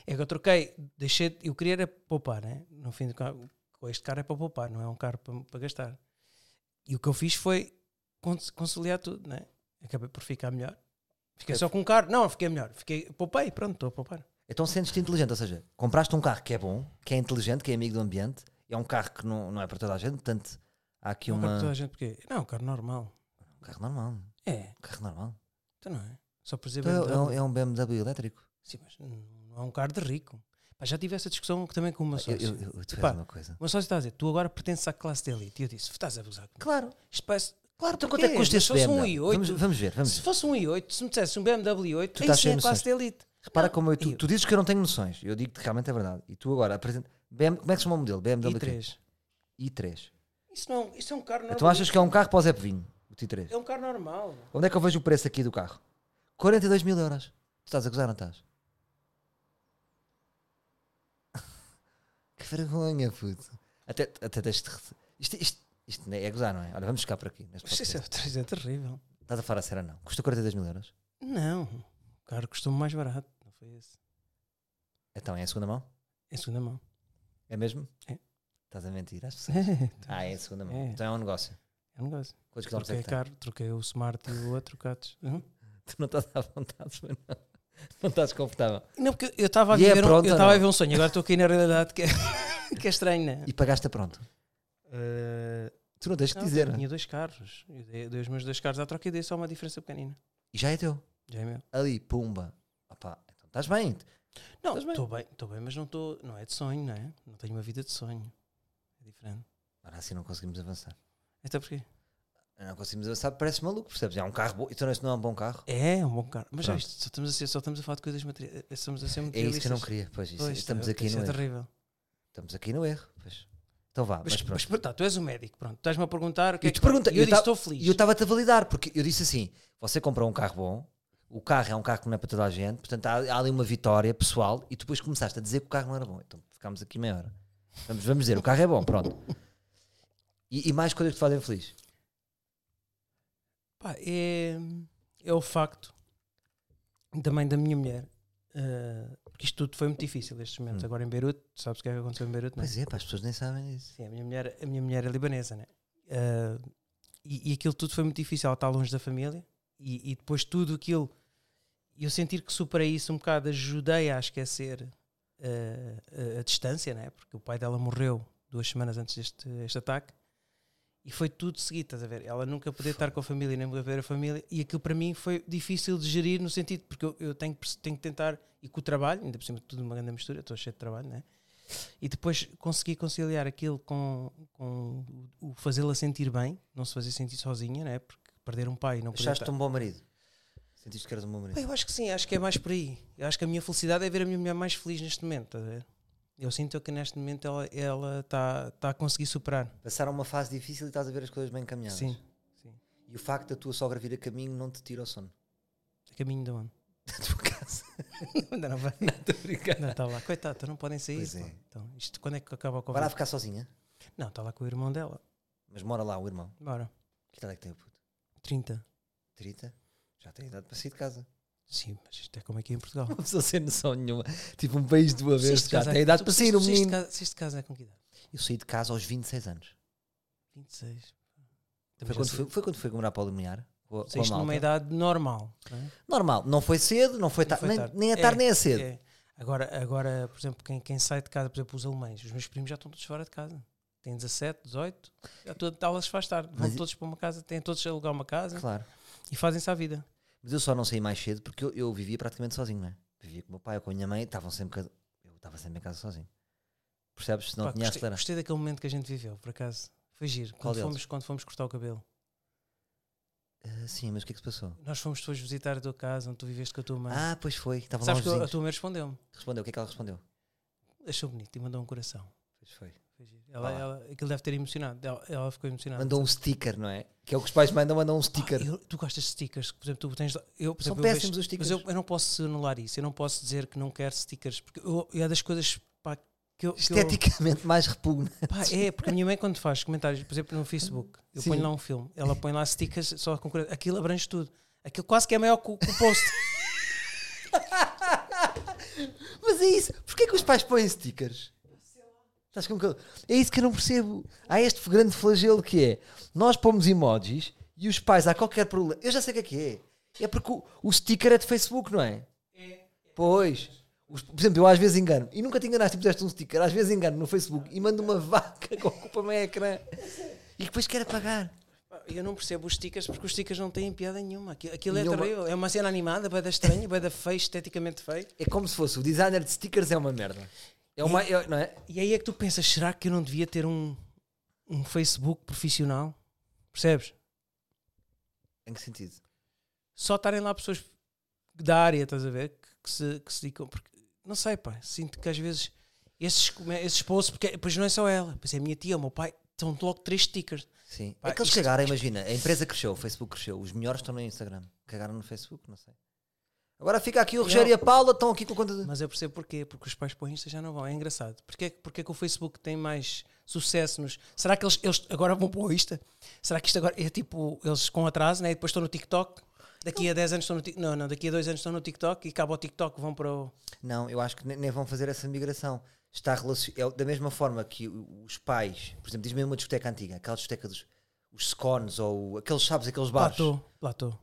B: é que eu troquei, deixei, eu queria era poupar, né? No fim do carro, com este carro é para poupar, não é um carro para, para gastar. E o que eu fiz foi cons- conciliar tudo, né? Acabei por ficar melhor.
A: É
B: Fiquei só com um carro, não, fiquei melhor. Fiquei, poupei, pronto, estou a poupar.
A: Então sentes-te inteligente, ou seja, compraste um carro que é bom, que é inteligente, que é amigo do ambiente, é um carro que não, não é para toda a gente, portanto, há aqui
B: Não, é
A: uma...
B: toda a gente, porque, não, um carro normal.
A: Um carro normal. Um
B: É,
A: carro normal.
B: então não é. Só por dizer
A: Então, é- é, um-
B: BMW.
A: é um BMW elétrico.
B: Sim, mas não é um carro de rico. Pá, já tive essa discussão também com uma
A: Eu,
B: sócia.
A: eu, eu, tu és
B: assim. Epá,
A: uma coisa.
B: Uma sócia está a dizer, tu agora pertences à classe de elite. E eu disse, estás a abusar. comigo.
A: Claro.
B: Isto parece.
A: Claro, então
B: o
A: quanto é
B: quê?
A: que custa
B: Mas
A: este
B: fosse um
A: BMW?
B: i8,
A: vamos, vamos ver, vamos
B: Se
A: ver.
B: fosse um i8, se me dissesse um BMW i8, tu
A: estás
B: isso
A: sem
B: é a
A: noções.
B: classe de elite.
A: Repara
B: Não,
A: como eu, tu,
B: eu-
A: tu dizes que eu não tenho noções. Eu digo que realmente é verdade. E tu agora apresenta. BM, como é que se chama o modelo? BMW quê?
B: i3.
A: i3.
B: Isso, não, isso é um carro normal.
A: Tu achas que é um carro para o Zé Pevinho, o T3?
B: É um carro normal.
A: Onde é que eu vejo o preço aqui do carro? 42 mil euros. Tu estás a gozar, não estás? [LAUGHS] que vergonha, puto. Até, até tens de. rece- Isto, isto, isto é gozar, não é? Olha, vamos ficar por aqui. neste
B: Mas isso é,
A: podcast.
B: isso é terrível.
A: Estás a falar a sério, não? Custa 42 mil euros?
B: Não. O carro custou mais barato. Não foi esse.
A: Então é a segunda mão?
B: É segunda
A: [LAUGHS]
B: mão.
A: É mesmo?
B: É.
A: Estás a mentir às pessoas?
B: É
A: Ah, é a segunda mão.
B: É.
A: Então é um negócio.
B: um negócio.
A: Quantos quilómetros é
B: Troquei
A: que tem?
B: carro, troquei o Smart e o outro, Cates. Hum?
A: [LAUGHS] Tu não estás à vontade, mas não. Não estás confortável.
B: Não, porque eu estava a,
A: E é
B: viver um-
A: pronto
B: eu
A: ou
B: estava a
A: não?
B: viver um sonho, agora estou aqui na realidade que é, [LAUGHS] que é estranho, né?
A: E pagaste a pronto.
B: Eh,
A: Tu não tens de
B: não,
A: dizer. né?
B: Tinha dois carros. Eu dei, dei os meus dois carros à troca e dei só uma diferença pequenina.
A: E já é teu.
B: Já é meu.
A: Ali, pumba. Opá, então estás bem.
B: Não,
A: Estás bem?
B: estou bem, estou bem, mas não estou. Não é de sonho, não é? Não tenho uma vida de sonho. É diferente.
A: Agora assim não conseguimos avançar.
B: Até porque
A: Não conseguimos avançar, parece maluco, percebes? É um carro bom. Então este não é um bom carro.
B: é um bom carro. Mas já
A: Pronto.
B: isto, só estamos a ser, só estamos a falar de coisas materiais. Estamos a ser
A: É isso
B: materialistas.
A: que eu não queria. Pois, isso-
B: Pois,
A: estamos
B: é,
A: aqui
B: isso
A: no
B: é
A: erro.
B: terrível.
A: Estamos aqui no erro. Pois. Então vá, mas,
B: Mas,
A: pronto.
B: mas, tá, tu és o médico, pronto. Estás-me a perguntar o que
A: Eu
B: é
A: te
B: que-
A: perguntei,
B: e eu,
A: eu
B: disse,
A: tava-
B: estou feliz.
A: E eu estava-te a validar, porque eu disse assim: você comprou um carro bom, o carro é um carro que não é para toda a gente, portanto há, há ali uma vitória pessoal, e depois começaste a dizer que o carro não era bom. Então ficámos aqui meia hora. Vamos, vamos dizer, o carro é bom, pronto. E, e mais coisas que te fazem feliz.
B: Pá, é, é o facto também da minha mulher. ah, porque isto tudo foi muito difícil estes momentos.
A: Hum.
B: Agora em Beirute, sabes o que é que aconteceu em Beirute? não é?
A: Pois é, pá, as pessoas nem sabem disso.
B: Sim, a minha mulher, a minha mulher é libanesa, né? Ah, e, e aquilo tudo foi muito difícil. Ela está longe da família e, e depois tudo aquilo. e Eu sentir que superei isso um bocado, ajudei a esquecer ah, a, a distância, né? Porque o pai dela morreu duas semanas antes deste este ataque e foi tudo seguido, estás a ver? Ela nunca poder estar com a família, nem poder ver a família e aquilo para mim foi difícil de gerir no sentido, porque eu, eu tenho, que perce- tenho que tentar e com o trabalho, ainda por cima tudo uma grande mistura, eu estou cheio de trabalho, né? e depois consegui conciliar aquilo com, com o o fazê-la sentir bem, não se fazer sentir sozinha, né? porque perder um pai e não poder
A: Achaste
B: estar.
A: um bom marido. Sentiste que eras um bom marido.
B: Bem, eu acho que sim, acho que é mais por aí. Eu acho que a minha felicidade é ver a minha mulher mais feliz neste momento, estás a ver? Eu sinto que neste momento ela está ela tá, tá a conseguir superar.
A: Passaram uma fase difícil e estás a ver as coisas bem caminhadas.
B: Sim,
A: E o facto da tua sogra vir a caminho não te tira o sono.
B: a caminho de onde?
A: [LAUGHS] Da tua casa.
B: Ainda [LAUGHS] não vai.
A: Estou a brincar.
B: Não, está lá. Coitado, então não podem sair.
A: Pois é.
B: pá. Então, isto quando é que acaba a
A: Vai lá
B: conversa?
A: ficar sozinha,
B: Não, está lá com o irmão dela.
A: mas mora lá o irmão.
B: Bora.
A: Que idade é que tem o puto?
B: 30.
A: 30, já tem idade para sair de casa. [LAUGHS]
B: Sim, mas isto é como aqui em Portugal.
A: Uma pessoa sem noção nenhuma. Tipo um país de uma
B: Se
A: vez,
B: este
A: já
B: caso é-
A: tem idade para
B: se
A: sair
B: isto-
A: um
B: se este
A: menino.
B: caso- Se este caso é com que idade?
A: Eu saí de casa aos 26 anos.
B: 26.
A: Foi
B: Também
A: quando, foi, tá? foi quando foi comemorar para o limiar. Com, a- com a
B: Saíste numa
A: malta.
B: idade normal. não é?
A: Normal, não foi cedo, não foi,
B: Não
A: tarde,
B: foi
A: nem,
B: tarde.
A: nem a
B: É,
A: tarde nem a cedo.
B: É. Agora, agora, por exemplo, quem, quem sai de casa, por exemplo, os alemães, os meus primos já estão todos fora de casa. Têm 17, 18, já toda aulas faz tarde. Vão
A: Mas-
B: todos para uma casa, têm todos a alugar uma casa
A: Claro.
B: e fazem-se à vida.
A: Mas eu só não saí mais cedo porque eu, eu vivia praticamente sozinho, não é? Vivia com o meu pai ou com a minha mãe, estavam sempre. ca- Eu estava sempre em casa sozinho. Percebes? Se não
B: Pá,
A: tinha
B: gostei,
A: acelerado.
B: gostei daquele momento que a gente viveu, por acaso. Foi giro.
A: Qual
B: Quando
A: deles?
B: fomos, quando fomos cortar o cabelo,
A: Ah, sim, mas o que é que se passou?
B: nós fomos depois visitar a tua casa onde tu viveste com a tua mãe.
A: Ah, pois foi. Estavam lá
B: Sabes
A: os
B: que a- a
A: vizinhos.
B: tua mãe respondeu-me,
A: Respondeu, o que é que ela respondeu?
B: achou bonito e mandou um coração.
A: Pois foi.
B: Foi giro. Ela,
A: Vá lá.
B: ela, aquilo deve ter emocionado. Ela, ela ficou emocionada.
A: Mandou um sticker, não é? Que é o que os pais mandam, mandam um
B: Ah. Pá,
A: [LAUGHS] sticker.
B: eu- tu gostas de stickers, por exemplo, tu tens. Eu, por
A: São
B: exemplo, eu
A: péssimos os
B: Mas
A: stickers.
B: eu, eu não posso anular isso, eu não posso dizer que não quero stickers, porque eu, é das coisas pá, que eu, que eu-
A: Esteticamente mais repugnante.
B: Pá, é, porque a minha mãe quando faz comentários, por exemplo, no Facebook, eu
A: Sim.
B: ponho lá um filme, ela põe lá stickers só com cura- Aquilo abrange tudo. Aquilo quase que é maior que o, que o
A: [LAUGHS]
B: post.
A: Mas é isso. Porquê que os pais põem stickers? Estás com que- É isso que eu não percebo. Há este grande flagelo que é: nós pomos emojis e os pais, há qualquer problema. Eu já sei o que é que é. É porque o, o sticker é de Facebook, não é? Pois. Os- por exemplo, eu às vezes engano. E nunca te enganaste, puseste um sticker. Às vezes engano no Facebook e mando uma vaca que ocupa meio ecrã. E depois quero apagar.
B: Pá, Eu não percebo os stickers porque os stickers não têm piada nenhuma. Aquilo, aquilo é
A: Nenhuma.
B: terrível. É uma cena animada, bada estranha, bada feia, esteticamente feia.
A: É como se fosse o designer de stickers é uma merda. É uma. é- não é?
B: E aí é que tu pensas, será que eu não devia ter um, um Facebook profissional? Percebes?
A: Em que sentido?
B: Só estarem lá pessoas da área, estás a ver? Que, que se, que se dedicam. Porque, não sei, pá. Sinto que às vezes esses, come- esses posts, porque depois não é só ela, pois é a minha tia, o meu pai, estão logo três stickers.
A: Sim.
B: Pá,
A: é que eles
B: isto-
A: cagaram, imagina. A empresa cresceu, o Facebook cresceu. Os melhores estão no Instagram. Cagaram no Facebook, não sei. Agora fica aqui o Rogério e a Paula, estão aqui com conta de.
B: Mas eu percebo porquê, porque os pais para o Insta já não vão. É engraçado. Porquê, porquê que o Facebook tem mais sucesso nos. Será que eles, eles agora vão para o Insta? Será que isto agora é tipo, eles com atraso, né? E depois estão no TikTok? Daqui a 10 anos estão no TikTok. Não, não, daqui a 2 anos estão no TikTok e acaba o TikTok, vão para o.
A: Não, eu acho que ne- nem vão fazer essa migração. Está relacion... é da mesma forma que o- os pais, por exemplo, diz-me uma discoteca antiga, aquela discoteca dos os scones ou o- aqueles sabes, aqueles bares.
B: Platô. Platô.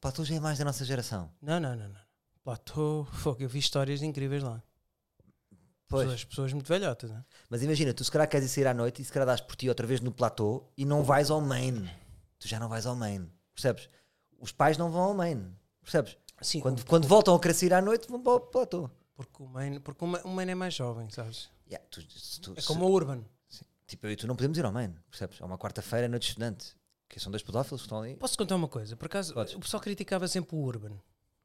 A: Pá, tu já é mais da nossa geração.
B: Não, não, não, não. Platô. Fogo, eu vi histórias incríveis lá.
A: Pois.
B: Pessoas, pessoas muito velhotas, né?
A: Mas imagina, tu se calhar queres ir sair à noite e se calhar dás por ti outra vez no platô e não vais ao main. Tu já não vais ao main. Percebes? Os pais não vão ao main. Percebes?
B: Sim,
A: Quando, quando voltam a crescer à noite, vão para o platô.
B: porque o main, porque o main, o main é mais jovem, sabes?
A: Yeah, tu- se tu-
B: É
A: se-
B: como o Urban.
A: tipo, eu e tu não podemos ir ao main, percebes? É uma quarta-feira, noite de estudante. Que são dois pedófilos que estão ali.
B: Posso contar uma coisa? Por acaso,
A: Podes.
B: o pessoal criticava sempre o Urban.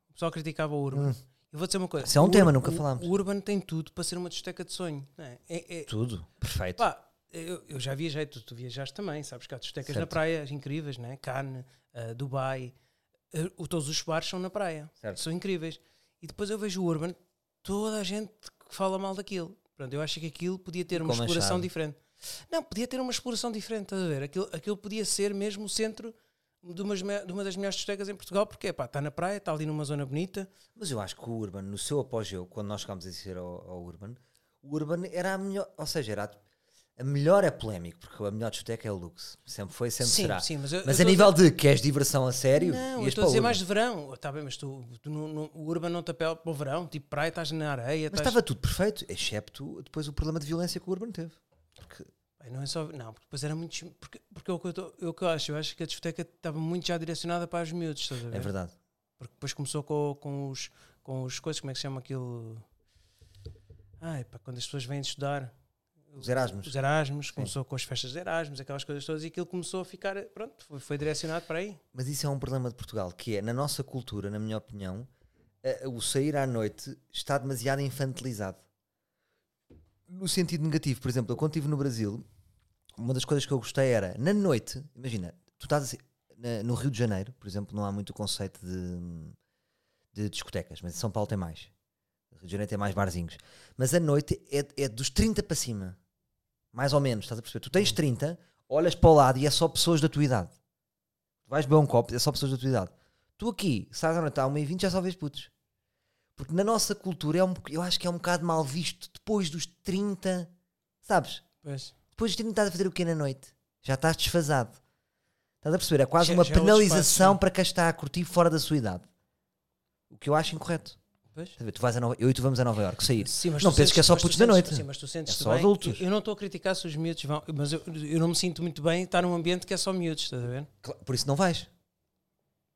B: O pessoal criticava o Urban. Eu vou dizer uma coisa.
A: Hum. Isso é um
B: O
A: tema,
B: Ur-
A: nunca
B: o-
A: falámos.
B: O Urban tem tudo para ser uma discoteca de sonho. não é? É- é-
A: Tudo. Perfeito.
B: pá, eu, eu já viajei, tu, tu viajaste também, sabes que há discotecas na
A: Certo.
B: praia incríveis, né? Cannes, ah, Dubai. Ah, o- todos os bares são na praia.
A: Certo.
B: São incríveis. E depois eu vejo o Urban, toda a gente que fala mal daquilo. Pronto, eu acho que aquilo podia ter uma
A: Ficou
B: exploração
A: manchado.
B: diferente. Não, podia ter uma exploração diferente, estás a ver? Aquilo, aquilo podia ser mesmo o centro de, umas me- de uma das melhores discotecas em Portugal, porque pá, está na praia, está ali numa zona bonita.
A: Mas eu acho que o Urban, no seu apogeu, quando nós chegámos a assistir ao, ao Urban, o Urban era a melhor. Ou seja, era a, a melhor é polémico, porque a melhor discoteca é o Lux. Sempre foi, sempre
B: Sim,
A: será.
B: sim, mas eu- eu
A: mas
B: tô
A: a
B: a
A: nível de queres diversão a sério,
B: Não, eu
A: ias
B: estou a
A: para o
B: dizer
A: Urban.
B: mais de verão. Está bem, mas tu, tu no- no- o Urban não te apela para o verão, tipo praia, estás na areia.
A: Mas
B: estás-
A: estava tudo perfeito, excepto depois o problema de violência que o Urban teve. Porque
B: Bem, não é só. Não, porque depois era muito. chim- Porque, porque é o que eu, tô- é o que eu acho. Eu acho que a discoteca estava muito já direcionada para os miúdos, estás a ver?
A: é verdade.
B: Porque depois começou com, com os. Com os coisas, como é que se chama aquilo? Ai, pá, quando as pessoas vêm estudar.
A: Os Erasmus.
B: Os Erasmus, começou com as festas de Erasmus, aquelas coisas todas, e aquilo começou a ficar. Pronto, foi, foi direcionado para aí.
A: Mas isso é um problema de Portugal, que é, na nossa cultura, na minha opinião, eh, o sair à noite está demasiado infantilizado. No sentido negativo, por exemplo, eu quando estive no Brasil, uma das coisas que eu gostei era, na noite, imagina, tu estás assim, na- no Rio de Janeiro, por exemplo, não há muito o conceito de, de discotecas, mas em São Paulo tem mais. Rio de Janeiro tem mais barzinhos. Mas a noite é, é dos 30 para cima. Mais ou menos, estás a perceber? Tu tens 30, olhas para o lado e é só pessoas da tua idade. Tu vais beber um copo, é só pessoas da tua idade. Tu aqui, sais à noite à 1h20, já só vês putos. Porque na nossa cultura, é um, boc- eu acho que é um bocado mal visto depois dos 30, sabes?
B: Pois.
A: Depois dos 30 estás a fazer o quê na noite? Já estás desfasado. Estás a perceber? É quase
B: Já-
A: uma
B: já é outro espaço,
A: penalização
B: sim.
A: para quem está a curtir fora da sua idade. O que eu acho incorreto.
B: Pois.
A: Estás a ver? Tu vais a Nova, eu e tu vamos a Nova Iorque sair.
B: Sim, mas
A: não
B: tu
A: penses que é
B: sentes-
A: só
B: mas tu
A: putos da
B: sentes-
A: noite.
B: Sim, mas tu sentes
A: É só
B: bem.
A: adultos.
B: Eu, eu não estou a criticar se os miúdos vão, mas eu, eu não me sinto muito bem estar num ambiente que é só miúdos, estás a ver?
A: Claro, Por isso não vais.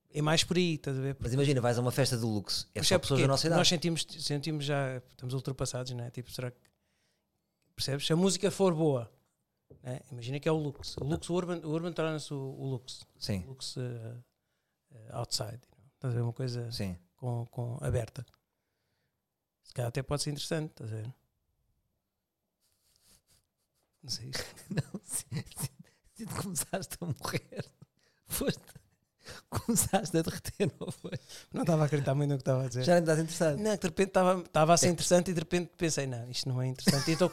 B: É mais por aí, estás a ver?
A: Mas imagina, vais a uma festa do luxo. É
B: Mas
A: só
B: é
A: pessoas
B: porque
A: da nossa idade.
B: Nós sentimos, sentimos já, estamos ultrapassados, não é? Tipo, será que. Percebes? Se a música for boa, né? imagina que é o Lux. O Lux, o Urban, o Urban torna-se o, o Lux. O
A: Sim,
B: Lux eh, eh, outside. you know? Estás a ver? Uma coisa
A: sim.
B: com, com, aberta. Se calhar até pode ser interessante, estás a ver? Não sei. [LAUGHS]
A: [LAUGHS] Não, sinto, sinto que começaste a morrer. Foste. começaste a derreter, não foi?
B: Não estava a acreditar muito no que estava a dizer.
A: Já É. não estás interessado.
B: Não, que de repente estava- estava a ser interessante e de repente pensei, não, isto não é interessante. Então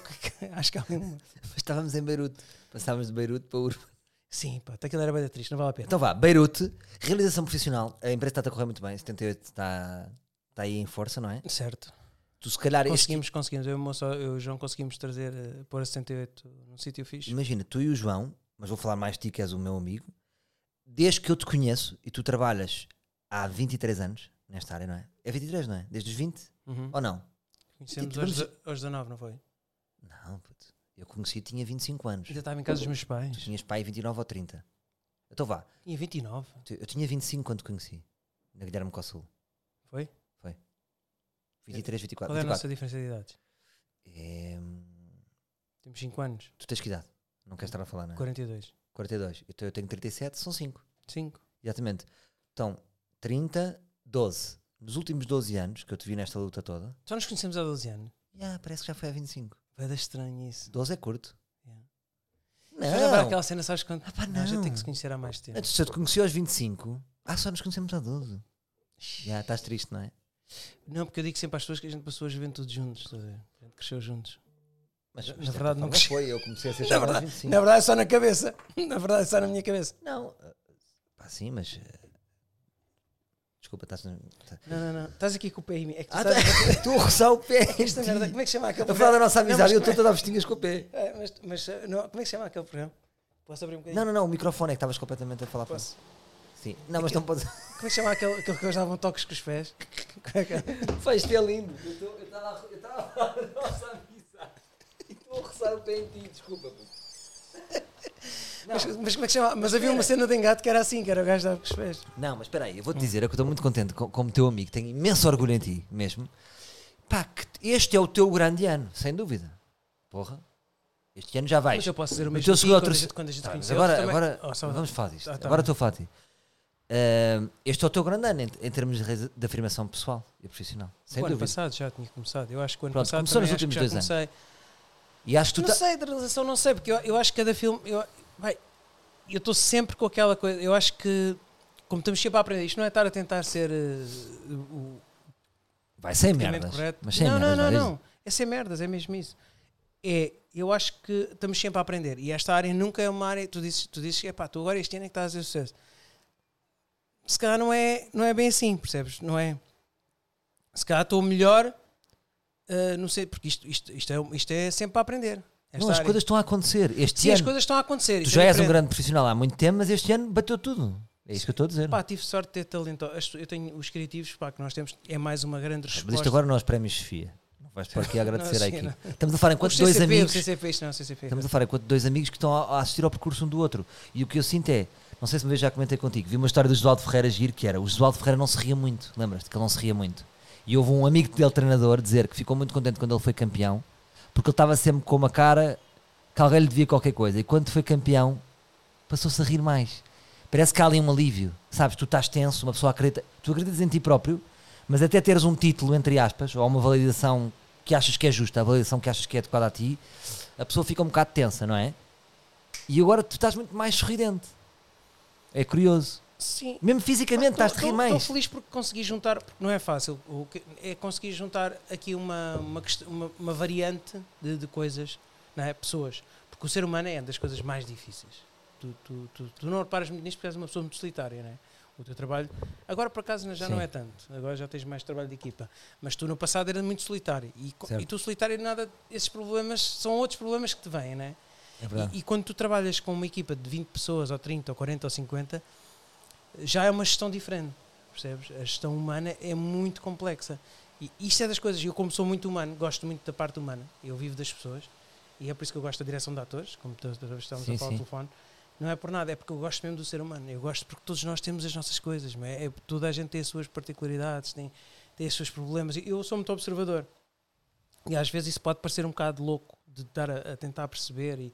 B: acho [LAUGHS] que há uma.
A: Mas estávamos em Beirute. Passámos de Beirute para Urba.
B: Sim, pá, até aquilo era bem triste, não vale a pena.
A: Então vá, Beirute, realização profissional. A empresa está a correr muito bem. 78 está, está aí em força, não é?
B: Certo.
A: Tu se calhar. este-
B: Conseguimos, conseguimos. Eu e o moço- eu e o João conseguimos trazer, eh, pôr a 68 num sítio fixe.
A: Imagina, tu e o João, mas vou falar mais de ti, que és o meu amigo. Desde que eu te conheço e tu trabalhas há 23 anos nesta área, não é? É 23, não é? Desde os 20?
B: Uhum.
A: Ou não?
B: Conhecemos
A: Vamos-
B: aos, aos 19, não foi?
A: Não, puto. Eu conheci tinha 25 anos.
B: Ainda estava em casa dos meus
A: Tu
B: pais.
A: tinhas pai 29 ou 30. Então vá,
B: Tinha 29,
A: tu- eu tinha 25 quando te conheci, na Guilherme Cossul.
B: foi?
A: 23, 24.
B: Qual é a
A: 24.
B: nossa diferença de idades?
A: É, hum,
B: Temos 5 anos.
A: tu tens que idade? Não queres estar a falar, não é?
B: 42.
A: 42. Então eu tenho 37, são 5.
B: 5.
A: Exatamente. Então, 30, 12. Nos últimos 12 anos que eu te vi nesta luta toda,
B: Só nos conhecemos há 12 anos.
A: já, parece que já foi há 25.
B: Vai dar estranho isso. 12.
A: 12 é curto.
B: Yeah. Lembrar
A: Não!
B: aquela cena, sabes quando.
A: pá,
B: Ah, não, já
A: não.
B: tem que se conhecer há mais tempo.
A: Antes se eu te conheci aos 25, ah, só nos conhecemos há 12. Já, estás triste, não é?
B: Não, porque eu digo sempre às pessoas que a gente passou a juventude juntos, estás a ver? A gente cresceu juntos.
A: Mas,
B: Na
A: mas desta
B: verdade, não
A: forma
B: cresci.
A: foi, eu comecei a ser
B: Na
A: jovem aos
B: verdade,
A: 25.
B: na verdade é só na cabeça. [LAUGHS] Na verdade é só na minha cabeça.
A: Não, eh, pá, sim, mas. eh, Desculpa, estás. no- tá-
B: Não, não, não. Estás aqui com o pé em mim. É que tu
A: Ah,
B: estás a-
A: [LAUGHS] tá- estou a roçar o pé.
B: Esta merda, como é que chama aquele
A: A falar da
B: programa?
A: nossa
B: Não, mas
A: amizade,
B: como
A: eu estou
B: é-
A: toda a vestinhas com o pé.
B: É, mas, mas, eh, não, como é que chama aquele programa? Posso abrir um bocadinho?
A: Não, não, não, o microfone é que estavas completamente a falar para
B: Posso?
A: Sim, não, mas não [LAUGHS] podes.
B: Como é que chama aquele, aquele que eles davam toques com os pés? Como é que é?
A: Faz é lindo. Eu estava a falar da nossa amizade e estou a roçar o pé em ti, desculpa.
B: Mas, mas como é que chama? Mas havia uma cena de engate que era assim, que era o gajo dava com os pés.
A: Não, mas espera aí, eu vou-te dizer, é que eu estou muito contente co- como teu amigo, tenho imenso orgulho em ti mesmo. Pá, que t- este é o teu grande ano, sem dúvida. Porra, este ano já vais.
B: Mas eu posso dizer o
A: No
B: mesmo
A: teu
B: de ti,
A: segundo ou
B: quando a
A: terceiro-
B: gente- quando a gente
A: Tá, mas
B: conheceu,
A: agora,
B: tu também-
A: agora
B: Oh, só-
A: vamos falar disto.
B: Ah, tá bem.
A: agora estou a falar de ti. Ahm, este é o teu grande ano em, em termos de, re- de afirmação pessoal e profissional, sem
B: o ano
A: dúvida.
B: passado já tinha começado. Eu acho que o ano
A: Pronto,
B: passado
A: começou nos
B: também acho que
A: últimos
B: já
A: dois anos.
B: comecei.
A: E acho que tu tá-
B: não
A: ta-
B: sei, de realização não sei, porque eu, eu acho que cada filme. Eu, vai, eu estou sempre com aquela coisa. Eu acho que, como estamos sempre a aprender, isto não é estar a tentar ser eh, o
A: vai sem
B: politicamente
A: merdas.
B: correto.
A: Mas sem
B: não,
A: merdas,
B: não, não,
A: é isso?
B: não. É sem merdas, é mesmo isso. É, eu acho que estamos sempre a aprender. E esta área nunca é uma área. Tu dizes, tu dizes que é pá, tu agora este ano é que estás a fazer sucesso. Se calhar não é, não é bem assim, percebes? Não é? Se calhar estou melhor, ah, não sei, porque isto, isto, isto, é, isto é sempre a aprender. Esta
A: Não, as
B: área.
A: coisas estão a acontecer. Este
B: Sim,
A: ano,
B: as coisas estão a acontecer.
A: tu
B: isso
A: já
B: é
A: és um
B: diferente.
A: grande profissional há muito tempo, mas este ano bateu tudo. É isso que eu estou a dizer.
B: Pá, tive sorte de ter talento. As- Eu tenho os criativos, pá, que nós temos. É mais uma grande resposta.
A: Mas isto agora não é os prémios Sofia. Não
B: [LAUGHS]
A: vais para aqui a agradecer
B: Não,
A: à
B: sim,
A: equipe.
B: não.
A: Estamos a falar
B: O
A: enquanto
B: CCP,
A: dois
B: o
A: amigos.
B: CCP, isto não é o CCP.
A: Estamos a falar enquanto dois amigos que estão a a assistir ao percurso um do outro. E o que eu sinto é, não sei se uma vez já comentei contigo, vi uma história do Josualdo Ferreira giro que era, o Josualdo Ferreira não se ria muito, lembras-te que ele não se ria muito. E houve um amigo dele, treinador, dizer que ficou muito contente quando ele foi campeão, porque ele estava sempre com uma cara que alguém lhe devia qualquer coisa. E quando foi campeão, passou-se a rir mais. Parece que há ali um alívio. Sabes, tu estás tenso, uma pessoa acredita, tu acreditas em ti próprio, mas até teres um título, entre aspas, ou uma validação que achas que é justa, a validação que achas que é adequada a ti, a pessoa fica um bocado tensa, não é? E agora tu estás muito mais sorridente. É curioso.
B: Sim.
A: Mesmo fisicamente
B: Pá,
A: estás-te a rir
B: tô- Estou
A: mais.
B: feliz porque consegui juntar, porque não é fácil, o que- é conseguir juntar aqui uma, uma, quest- uma, uma variante de, de coisas, não é? pessoas. Porque o ser humano é uma das coisas mais difíceis. Tu, tu, tu, tu não reparas muito nisto porque és uma pessoa muito solitária, não é? O teu trabalho. Agora, por acaso, já não
A: Sim.
B: é tanto. Agora já tens mais trabalho de equipa. Mas tu, no passado, eras muito solitário. E, co-
A: Certo.
B: e tu, solitário, nada. Esses problemas são outros problemas que te vêm, não é?
A: É
B: E, e quando tu trabalhas com uma equipa de 20 pessoas, ou 30, ou 40, ou 50, já é uma gestão diferente, percebes? A gestão humana é muito complexa. E isto é das coisas, eu como sou muito humano, gosto muito da parte humana, eu vivo das pessoas, e é por isso que eu gosto da direção de atores, como todas as vezes estamos
A: Sim,
B: a falar ao
A: sim.
B: telefone, não é por nada, é porque eu gosto mesmo do ser humano, eu gosto porque todos nós temos as nossas coisas, não é? É- toda a gente tem as suas particularidades, tem, tem os seus problemas, eu sou muito observador, e às vezes isso pode parecer um bocado louco de estar a, a tentar perceber e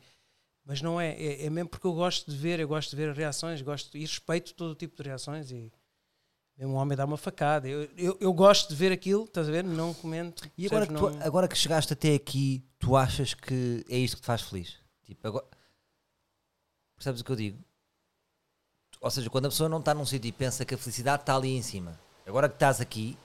B: mas não é, é, é mesmo porque eu gosto de ver, eu gosto de ver reações, gosto e respeito todo o tipo de reações e mesmo um homem dá uma facada. Eu, eu, eu gosto de ver aquilo, estás a ver? Não comento.
A: E agora que,
B: percebes?
A: tu-
B: Não-
A: agora que chegaste até aqui, tu achas que é isto que te faz feliz? Tipo, agora... Percebes o que eu digo? Ou seja, quando a pessoa não está num sítio e pensa que a felicidade está ali em cima. Agora que estás aqui,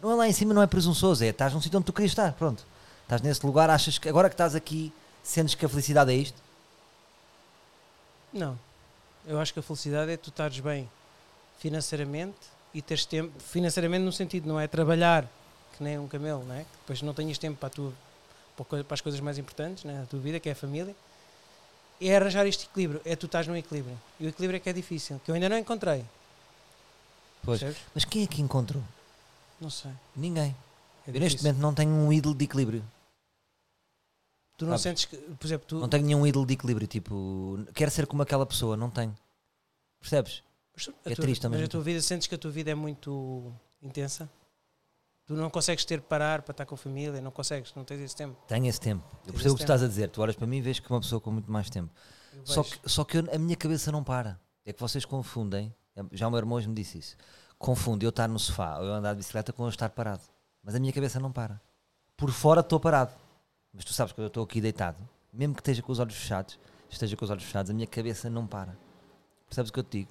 A: não é lá em cima, não é presunçoso, é estás num sítio onde tu querias estar, pronto. Estás nesse lugar, achas que agora que estás aqui, sentes que a felicidade é isto?
B: Não. Eu acho que a felicidade é tu estares bem financeiramente e teres tempo. Financeiramente, no sentido, não é trabalhar que nem um camelo, não é? Que depois não tenhas tempo para, a tua, para coi- para as coisas mais importantes na tua vida, que é a família. É arranjar este equilíbrio. É tu estás num equilíbrio. E o equilíbrio é que é difícil, que eu ainda não encontrei.
A: Pois.
B: Percebes?
A: Mas quem é que encontrou?
B: Não sei.
A: Ninguém.
B: É
A: Eu neste
B: difícil.
A: momento não tenho um ídolo de equilíbrio.
B: Tu não
A: sabes?
B: sentes que, por exemplo, tu.
A: Não tenho nenhum ídolo de equilíbrio, tipo, quero ser como aquela pessoa, não tenho. Percebes?
B: Mas tu-
A: É
B: a tua-
A: triste ao
B: Mas
A: mesmo
B: a tua vida, sentes que a tua vida é muito intensa? Tu não consegues ter parar para estar com a família, não consegues, não tens esse tempo.
A: Tenho esse tempo. Eu
B: Tens
A: percebo o
B: esse
A: que tu estás a dizer. Tu olhas para mim e vês que é uma pessoa com muito mais tempo.
B: Eu
A: Só
B: vejo.
A: que, só que eu- a minha cabeça não para. É que vocês confundem. é, Já o meu irmão hoje me disse isso. Confunde eu estar no sofá ou eu andar de bicicleta com eu estar parado. Mas a minha cabeça não para. Por fora estou parado. Mas tu sabes que eu estou aqui deitado. Mesmo que esteja com os olhos fechados, esteja com os olhos fechados, a minha cabeça não para. Percebes o que eu te digo?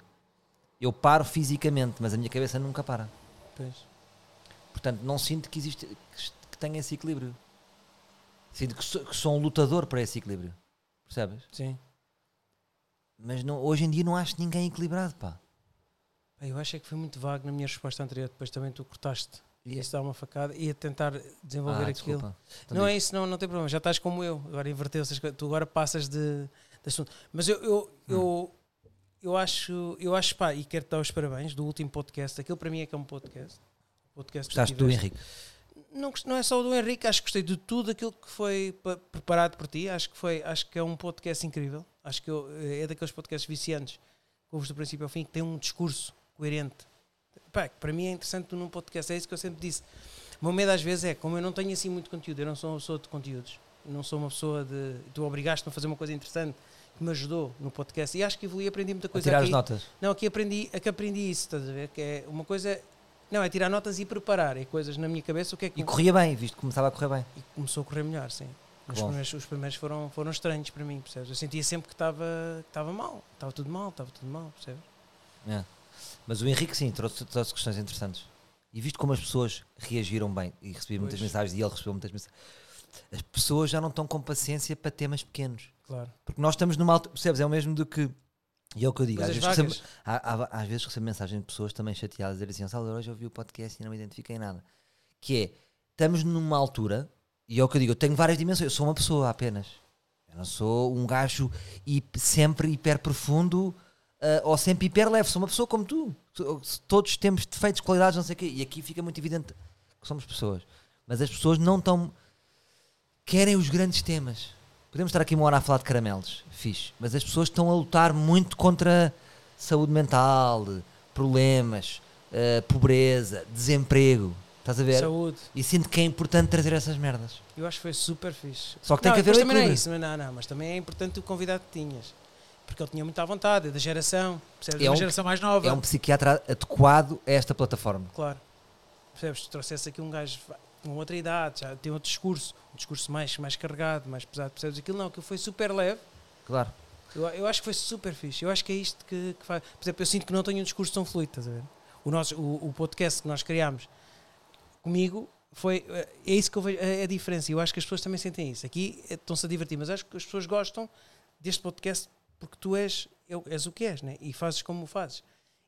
A: Eu paro fisicamente, mas a minha cabeça nunca para.
B: Pois.
A: Portanto, não sinto que existe que est- que tenha esse equilíbrio. Sinto que sou, que sou um lutador para esse equilíbrio. Percebes?
B: Sim.
A: Mas não- hoje em dia não acho ninguém equilibrado, pá.
B: Pá, Eu acho é que foi muito vago na minha resposta anterior, depois também tu cortaste.
A: E- é.
B: Ia-se dar uma facada, ia tentar desenvolver
A: Ah,
B: aquilo.
A: desculpa. Então
B: Não
A: diz.
B: é isso, não, não tem problema. Já estás como eu. Agora inverteu-se. as coisas. Tu agora passas de, de assunto. Mas eu, eu,
A: Hum.
B: eu, eu acho, eu acho pá, e quero-te dar os parabéns do último podcast. Aquilo para mim é que é um podcast. podcast que
A: Gostaste
B: tu
A: do
B: tiveste.
A: Henrique?
B: Não, gost- não é só o do Henrique, acho que gostei de tudo aquilo que foi pa- preparado por ti. Acho que, foi, acho que é um podcast incrível. Acho que eu- é daqueles podcasts viciantes, que ouves do princípio ao fim, que tem um discurso coerente. Pá, que para mim é interessante tu num podcast, é isso que eu sempre disse. O meu medo às vezes é, como eu não tenho assim muito conteúdo, eu não sou uma pessoa de conteúdos, não sou uma pessoa de. Tu obrigaste-me a fazer uma coisa interessante que me ajudou no podcast e acho é que evolui e aprendi muita
A: A
B: coisa
A: tirar
B: aqui.
A: as notas.
B: Não, aqui aprendi, é que aprendi isso, estás a ver? Que é uma coisa. Não, é tirar notas e preparar, é coisas na minha cabeça, o que é que.
A: E corria bem, visto que começava a correr bem.
B: E começou a correr melhor, sim. Os
A: bom.
B: primeiros, os primeiros foram, foram estranhos para mim, percebes? Eu sentia sempre que estava que estava mal, estava tudo mal, estava tudo mal, percebes?
A: É. Mas o Henrique, sim, trouxe, trouxe questões interessantes. E visto como as pessoas reagiram bem, e recebi muitas
B: Pois.
A: mensagens, e ele recebeu muitas mensagens, as pessoas já não estão com paciência para temas pequenos.
B: Claro.
A: Porque nós estamos numa altura, percebes? É o mesmo do que. E é o que eu digo.
B: Mas
A: Às
B: as
A: vezes,
B: vacas?
A: recebo, há- há- às vezes recebo mensagem de pessoas também chateadas a dizer assim: Salvador, hoje ouvi o podcast e não me identifiquei em nada. Que é, estamos numa altura, e é o que eu digo, eu tenho várias dimensões, eu sou uma pessoa apenas. Eu não sou um gajo hip- sempre hiper profundo ah, ou sempre hiper leve, sou uma pessoa como tu. So- Todos temos defeitos, qualidades, não sei o quê. E aqui fica muito evidente que somos pessoas. Mas as pessoas não estão querem os grandes temas. Podemos estar aqui uma hora a falar de caramelos, fixe, mas as pessoas estão a lutar muito contra saúde mental, problemas, eh, pobreza, desemprego. Estás a ver?
B: Saúde.
A: E sinto que é importante trazer essas merdas.
B: Eu acho que foi super fixe.
A: Só que tem
B: Não,
A: que haver
B: mas
A: um
B: também não é
A: equilíbrio.
B: isso, mas não, não, mas também é importante o convidado que tinhas. Porque ele tinha muito à vontade, é da geração, percebes?
A: É
B: É uma
A: um-
B: geração mais nova.
A: É um psiquiatra adequado a esta plataforma.
B: Claro. Percebes? Tu trouxesse aqui um gajo com outra idade, já tem outro discurso, um discurso mais, mais carregado, mais pesado, percebes? Aquilo não, aquilo foi super leve.
A: Claro.
B: Eu, eu acho que foi super fixe. Eu acho que é isto que, que faz. Por exemplo, eu sinto que não tenho um discurso tão fluido, estás a ver? O, nosso, o, o podcast que nós criámos comigo foi. eh, É isso que eu vejo, é a diferença. Eu acho que as pessoas também sentem isso. Aqui eh, estão-se a divertir, mas acho que as pessoas gostam deste podcast porque tu és, eu, és o que és, né? E fazes como fazes.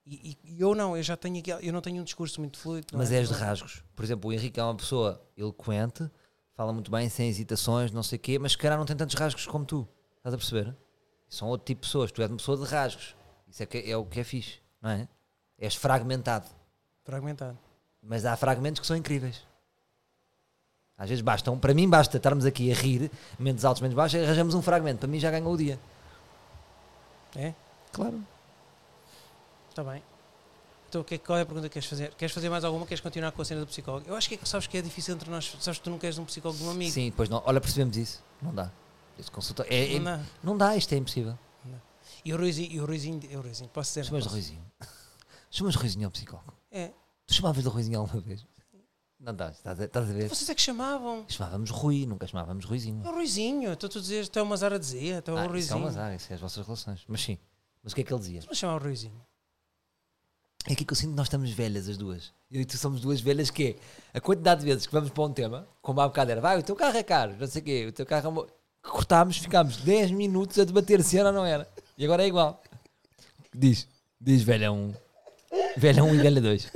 B: E, e- e eu não, eu já tenho aqui, eu não tenho um discurso muito fluido. não
A: Mas
B: é?
A: és de
B: Não-
A: rasgos. Por exemplo, o Henrique é uma pessoa eloquente, fala muito bem, sem hesitações, não sei o quê, mas se calhar não tem tantos rasgos como tu. Estás a perceber? São outro tipo de pessoas. Tu és uma pessoa de rasgos. Isso é, que é o que é fixe, não é? És fragmentado.
B: Fragmentado.
A: Mas há fragmentos que são incríveis. Às vezes bastam. Para mim, basta estarmos aqui a rir, menos altos, menos baixos, e arranjamos um fragmento. Para mim, já ganhou o dia.
B: É?
A: Claro.
B: Está Tá bem. Então, o que é, qual é a pergunta que queres fazer? Queres fazer mais alguma? Queres continuar com a cena do psicólogo? Eu acho que é que sabes que é difícil entre nós. Sabes que tu não queres um psicólogo de um amigo.
A: Sim, depois não. Olha, percebemos isso. Não dá. Esse consultório. É, é-
B: Não dá.
A: não dá, isto é impossível.
B: E o Ruizinho, e o Ruizinho, e o Ruizinho posso dizer? não
A: Chamas de
B: posso?
A: [LAUGHS] Ruizinho. Chamas de Ruizinho ao psicólogo.
B: É.
A: Tu chamavas de Ruizinho alguma vez? Não dá, estás a, estás a ver?
B: Vocês é que chamavam.
A: Chamávamos Rui, nunca chamávamos Ruizinho.
B: É o Ruizinho. Estou tu a dizer, até o Mazar a dizer, até o
A: Ah, isso é
B: Ruizinho.
A: um azar, isso é as vossas relações. Mas sim. Mas o que é que ele dizia?
B: Mas chamar o Ruizinho.
A: É aqui que eu sinto que nós estamos velhas, as duas. Eu e tu somos duas velhas, que é a quantidade de vezes que vamos para um tema, como há bocado era, vai, o teu carro é caro, não sei o quê, o teu carro é. mo-" Cortámos, ficámos 10 minutos a debater se era ou não era. E agora é igual. Diz, diz velha 1. Velha 1 e velha 2.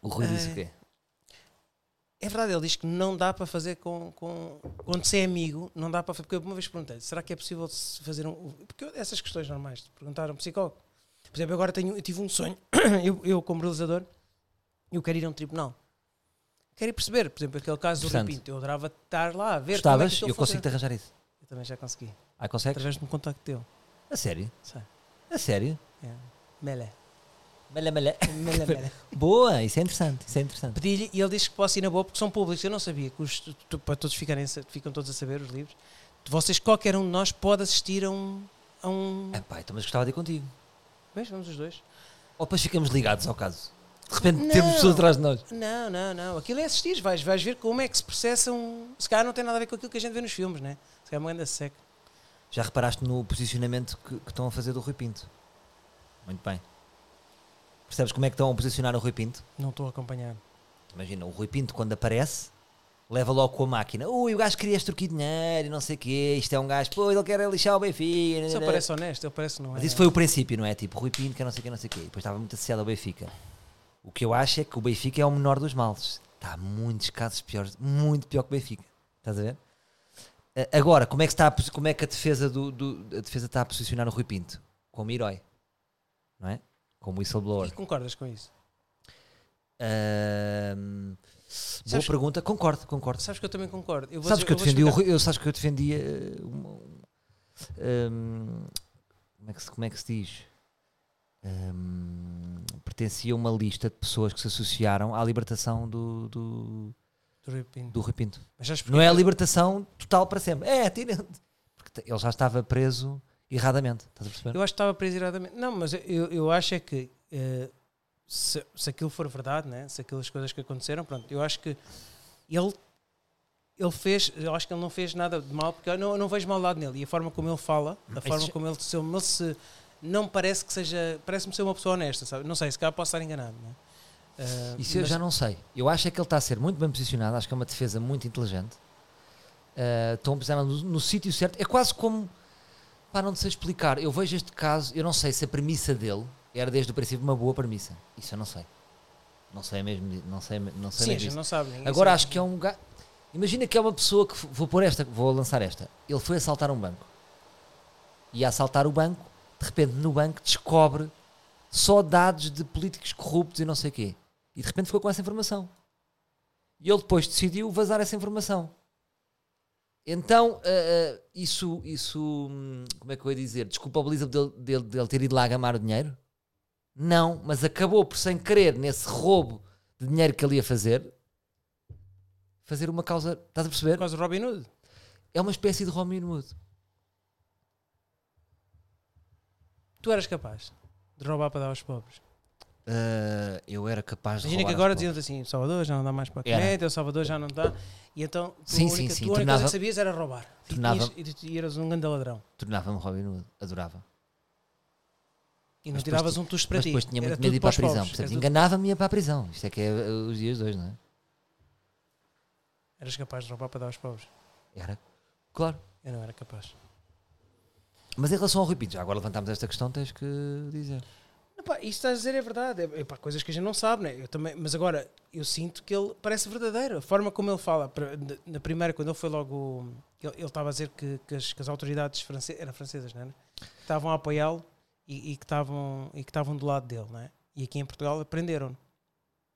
A: O Rui disse o quê?
B: É verdade, ele diz que não dá para fazer com, com- Quando se é amigo, não dá para fazer. Porque eu uma vez perguntei será que é possível se fazer um. Porque eu- essas questões normais, de perguntar a um psicólogo. Por exemplo, agora tenho, eu tive um sonho, [COUGHS] eu, eu como realizador, eu quero ir a um tribunal. Quero ir perceber, por exemplo, aquele caso do Rui
A: Interessante.
B: Pinto. Eu adorava estar lá a ver. como é que
A: Gostavas?
B: aquilo
A: Eu consigo te
B: funciona.
A: arranjar isso.
B: Eu também já consegui.
A: Ah, consegues?
B: Através de um contacto teu.
A: A sério?
B: Sei.
A: A sério?
B: É. Melé.
A: Malha, [LAUGHS] malha.
B: Melé, melé.
A: Boa, isso é interessante, isso é interessante.
B: Pedi-lhe e ele disse que posso ir na boa porque são públicos. Eu não sabia que os- tu- tu- para todos ficarem, sa- ficam todos a saber os livros. Vocês, qualquer um de nós, pode assistir a um. A um
A: Ah, pá, então, mas gostava de ir contigo.
B: Vês, vamos os dois.
A: Ou depois ficamos ligados ao caso. De repente
B: Não.
A: temos pessoas atrás de nós.
B: Não, não, não. Aquilo é assistir. Vais, vais ver como é que se processa um. Se calhar não tem nada a ver com aquilo que a gente vê nos filmes, né? Se calhar é uma grande seca.
A: Já reparaste no posicionamento que, que estão a fazer do Rui Pinto? Muito bem. Percebes como é que estão a posicionar o Rui Pinto?
B: Não estou a acompanhar.
A: Imagina, o Rui Pinto, quando aparece, leva logo com a máquina. Ui, o gajo queria extorquir dinheiro e não sei o quê. Isto é um gajo, pô, ele quer lixar o Benfica. né,
B: Isso ele parece honesto, ele parece não é.
A: Mas isso foi o princípio, não é? Tipo, Rui Pinto, que é não sei o quê, não sei o quê. E depois estava muito associado ao Benfica. O que eu acho é que o Benfica é o menor dos males. Está há muitos casos piores, muito pior que o Benfica. Estás a ver? Eh, Agora, como é que, está a posi- como é que a, defesa do, do- a defesa está a posicionar o Rui Pinto? Como herói. Não é? Como whistleblower.
B: E concordas com isso?
A: Ahm, boa
B: Sabes-
A: pergunta. Concordo, concordo.
B: Sabes que eu também concordo. Eu vou-
A: Sabes que eu
B: vou
A: defendi, o
B: explicar.
A: Rui- eu, sabes que eu defendia eh, um- um- um, como, é que se, como é que se diz? Um, pertencia a uma lista de pessoas que se associaram à libertação do, do,
B: Do Rui Pinto.
A: do Rui Pinto.
B: Mas sabes
A: Não é a libertação total para sempre. É, tira Porque te- ele já estava preso erradamente. Estás a perceber?
B: Eu acho que estava preso iradamente. Não, mas eu, eu acho é que eh, se, se aquilo for verdade, né? se aquelas coisas que aconteceram, pronto, eu acho que ele, ele fez, eu acho que ele não fez nada de mal, porque eu não, eu não vejo maldade nele. E a forma como ele fala, a forma
A: já-
B: como ele se, ele se- Não parece que seja. Parece-me ser uma pessoa honesta, sabe? Não sei, se calhar posso estar enganado, né? Eh,
A: Isso eu
B: mas
A: já não sei. Eu acho é que ele está a ser muito bem posicionado. Acho que é uma defesa muito inteligente. Ah, estão a posicionar no, no sítio certo. É quase como. Pá, não sei explicar. Eu vejo este caso. Eu não sei se a premissa dele era desde o princípio uma boa premissa. Isso eu não sei. Não sei mesmo. di- Não sei, me- não sei
B: Sim, a
A: mesmo.
B: gente
A: disso.
B: não sabe. ninguém
A: Agora
B: sabe.
A: acho que é um gajo. Imagina que é uma pessoa que. f- Vou pôr esta. Vou lançar esta. Ele foi assaltar um banco. E a assaltar o banco, de repente no banco descobre só dados de políticos corruptos e não sei o quê. E de repente ficou com essa informação. E ele depois decidiu vazar essa informação. Então, ah, ah, isso, isso, hum, como é que eu ia dizer? Desculpabiliza dele, dele, dele ter ido lá gamar o dinheiro? Não, mas acabou por, sem querer, nesse roubo de dinheiro que ele ia fazer, fazer uma causa. Estás a perceber?
B: Por causa do Robin Hood.
A: É uma espécie de Romino Mudo.
B: Tu eras capaz de roubar para dar aos pobres.
A: Ah, eu era capaz de.
B: Imagina que
A: roubar
B: agora
A: aos
B: diziam assim: Salvador já não dá mais para
A: Era.
B: comer, o Salvador já não dá. E então tu,
A: Sim,
B: a única,
A: sim,
B: tu
A: sim,
B: a única
A: tornava-
B: coisa que sabias era roubar. E,
A: tornava-
B: tinhas- e tu- e eras um grande ladrão.
A: pobres. Tornava-me um Robin Hood, adorava.
B: E não
A: Mas depois
B: tiravas
A: ti-
B: um tucho para
A: Mas
B: ti.
A: depois tinha
B: Era
A: muito
B: tudo
A: medo de ir para a
B: os
A: prisão.
B: pobres.
A: Portanto,
B: Era tudo-
A: enganava-me e ia para a prisão. Isto é que é uh, os dias dois, não é?
B: Eras capaz de roubar para dar aos pobres.
A: Era. Claro.
B: Eu não era capaz.
A: Mas em relação ao Rui Pinto, já agora levantámos esta questão, tens que dizer.
B: Epá, isto estás a dizer é verdade. É, epá, coisas que a gente não sabe, né? Eu também, mas agora, eu sinto que ele parece verdadeiro. A forma como ele fala, pra- na- na primeira, quando ele foi logo. Ele ele estava a dizer que, que as, que as autoridades francesas, eram francesas, não é? Estavam a apoiá-lo e, e que estavam e que estavam do lado dele, não é? E aqui em Portugal prenderam-no.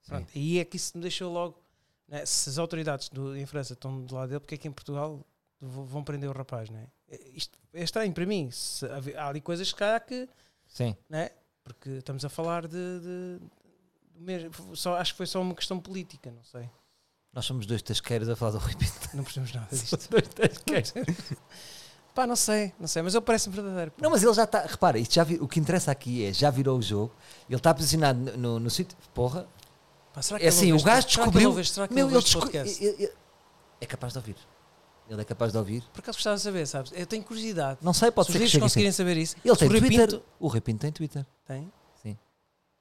B: Pronto, E é que isso me deixou logo. né? Se as autoridades do, em França estão do lado dele, porque é que em Portugal v- vão prender o rapaz, não é? É- Isto é estranho para mim. Se haver- há ali coisas que, há que
A: Sim.
B: né? Porque estamos a falar de, de- do mesmo- só, acho que foi só uma questão política, não sei.
A: Nós somos dois tasqueiros a falar do Rui Pinto.
B: Não percebemos nada [LAUGHS] disto.
A: Somos dois tasqueiros.
B: Pá, não sei, não sei, mas eu parece-me verdadeiro. pá.
A: Não, mas ele já está. Repara, isto já vi- o que interessa aqui é já virou o jogo. Ele está posicionado no, no, no sítio. Porra.
B: Pá, será que
A: É
B: ele
A: assim,
B: ouve
A: o
B: este-
A: gajo
B: será que
A: descobriu.
B: ouve este- será que
A: Meu,
B: ouve
A: ele
B: este
A: descobriu.
B: podcast?
A: É capaz de ouvir. Ele é capaz de ouvir.
B: Por acaso gostava de saber, sabes? Eu tenho curiosidade.
A: Não sei, pode
B: Se os
A: ser que
B: livros
A: chegue a
B: conseguirem saber isso.
A: Ele
B: se o
A: tem
B: Rui
A: Twitter.
B: Pinto-
A: O Rui Pinto tem Twitter.
B: Tem?
A: Sim.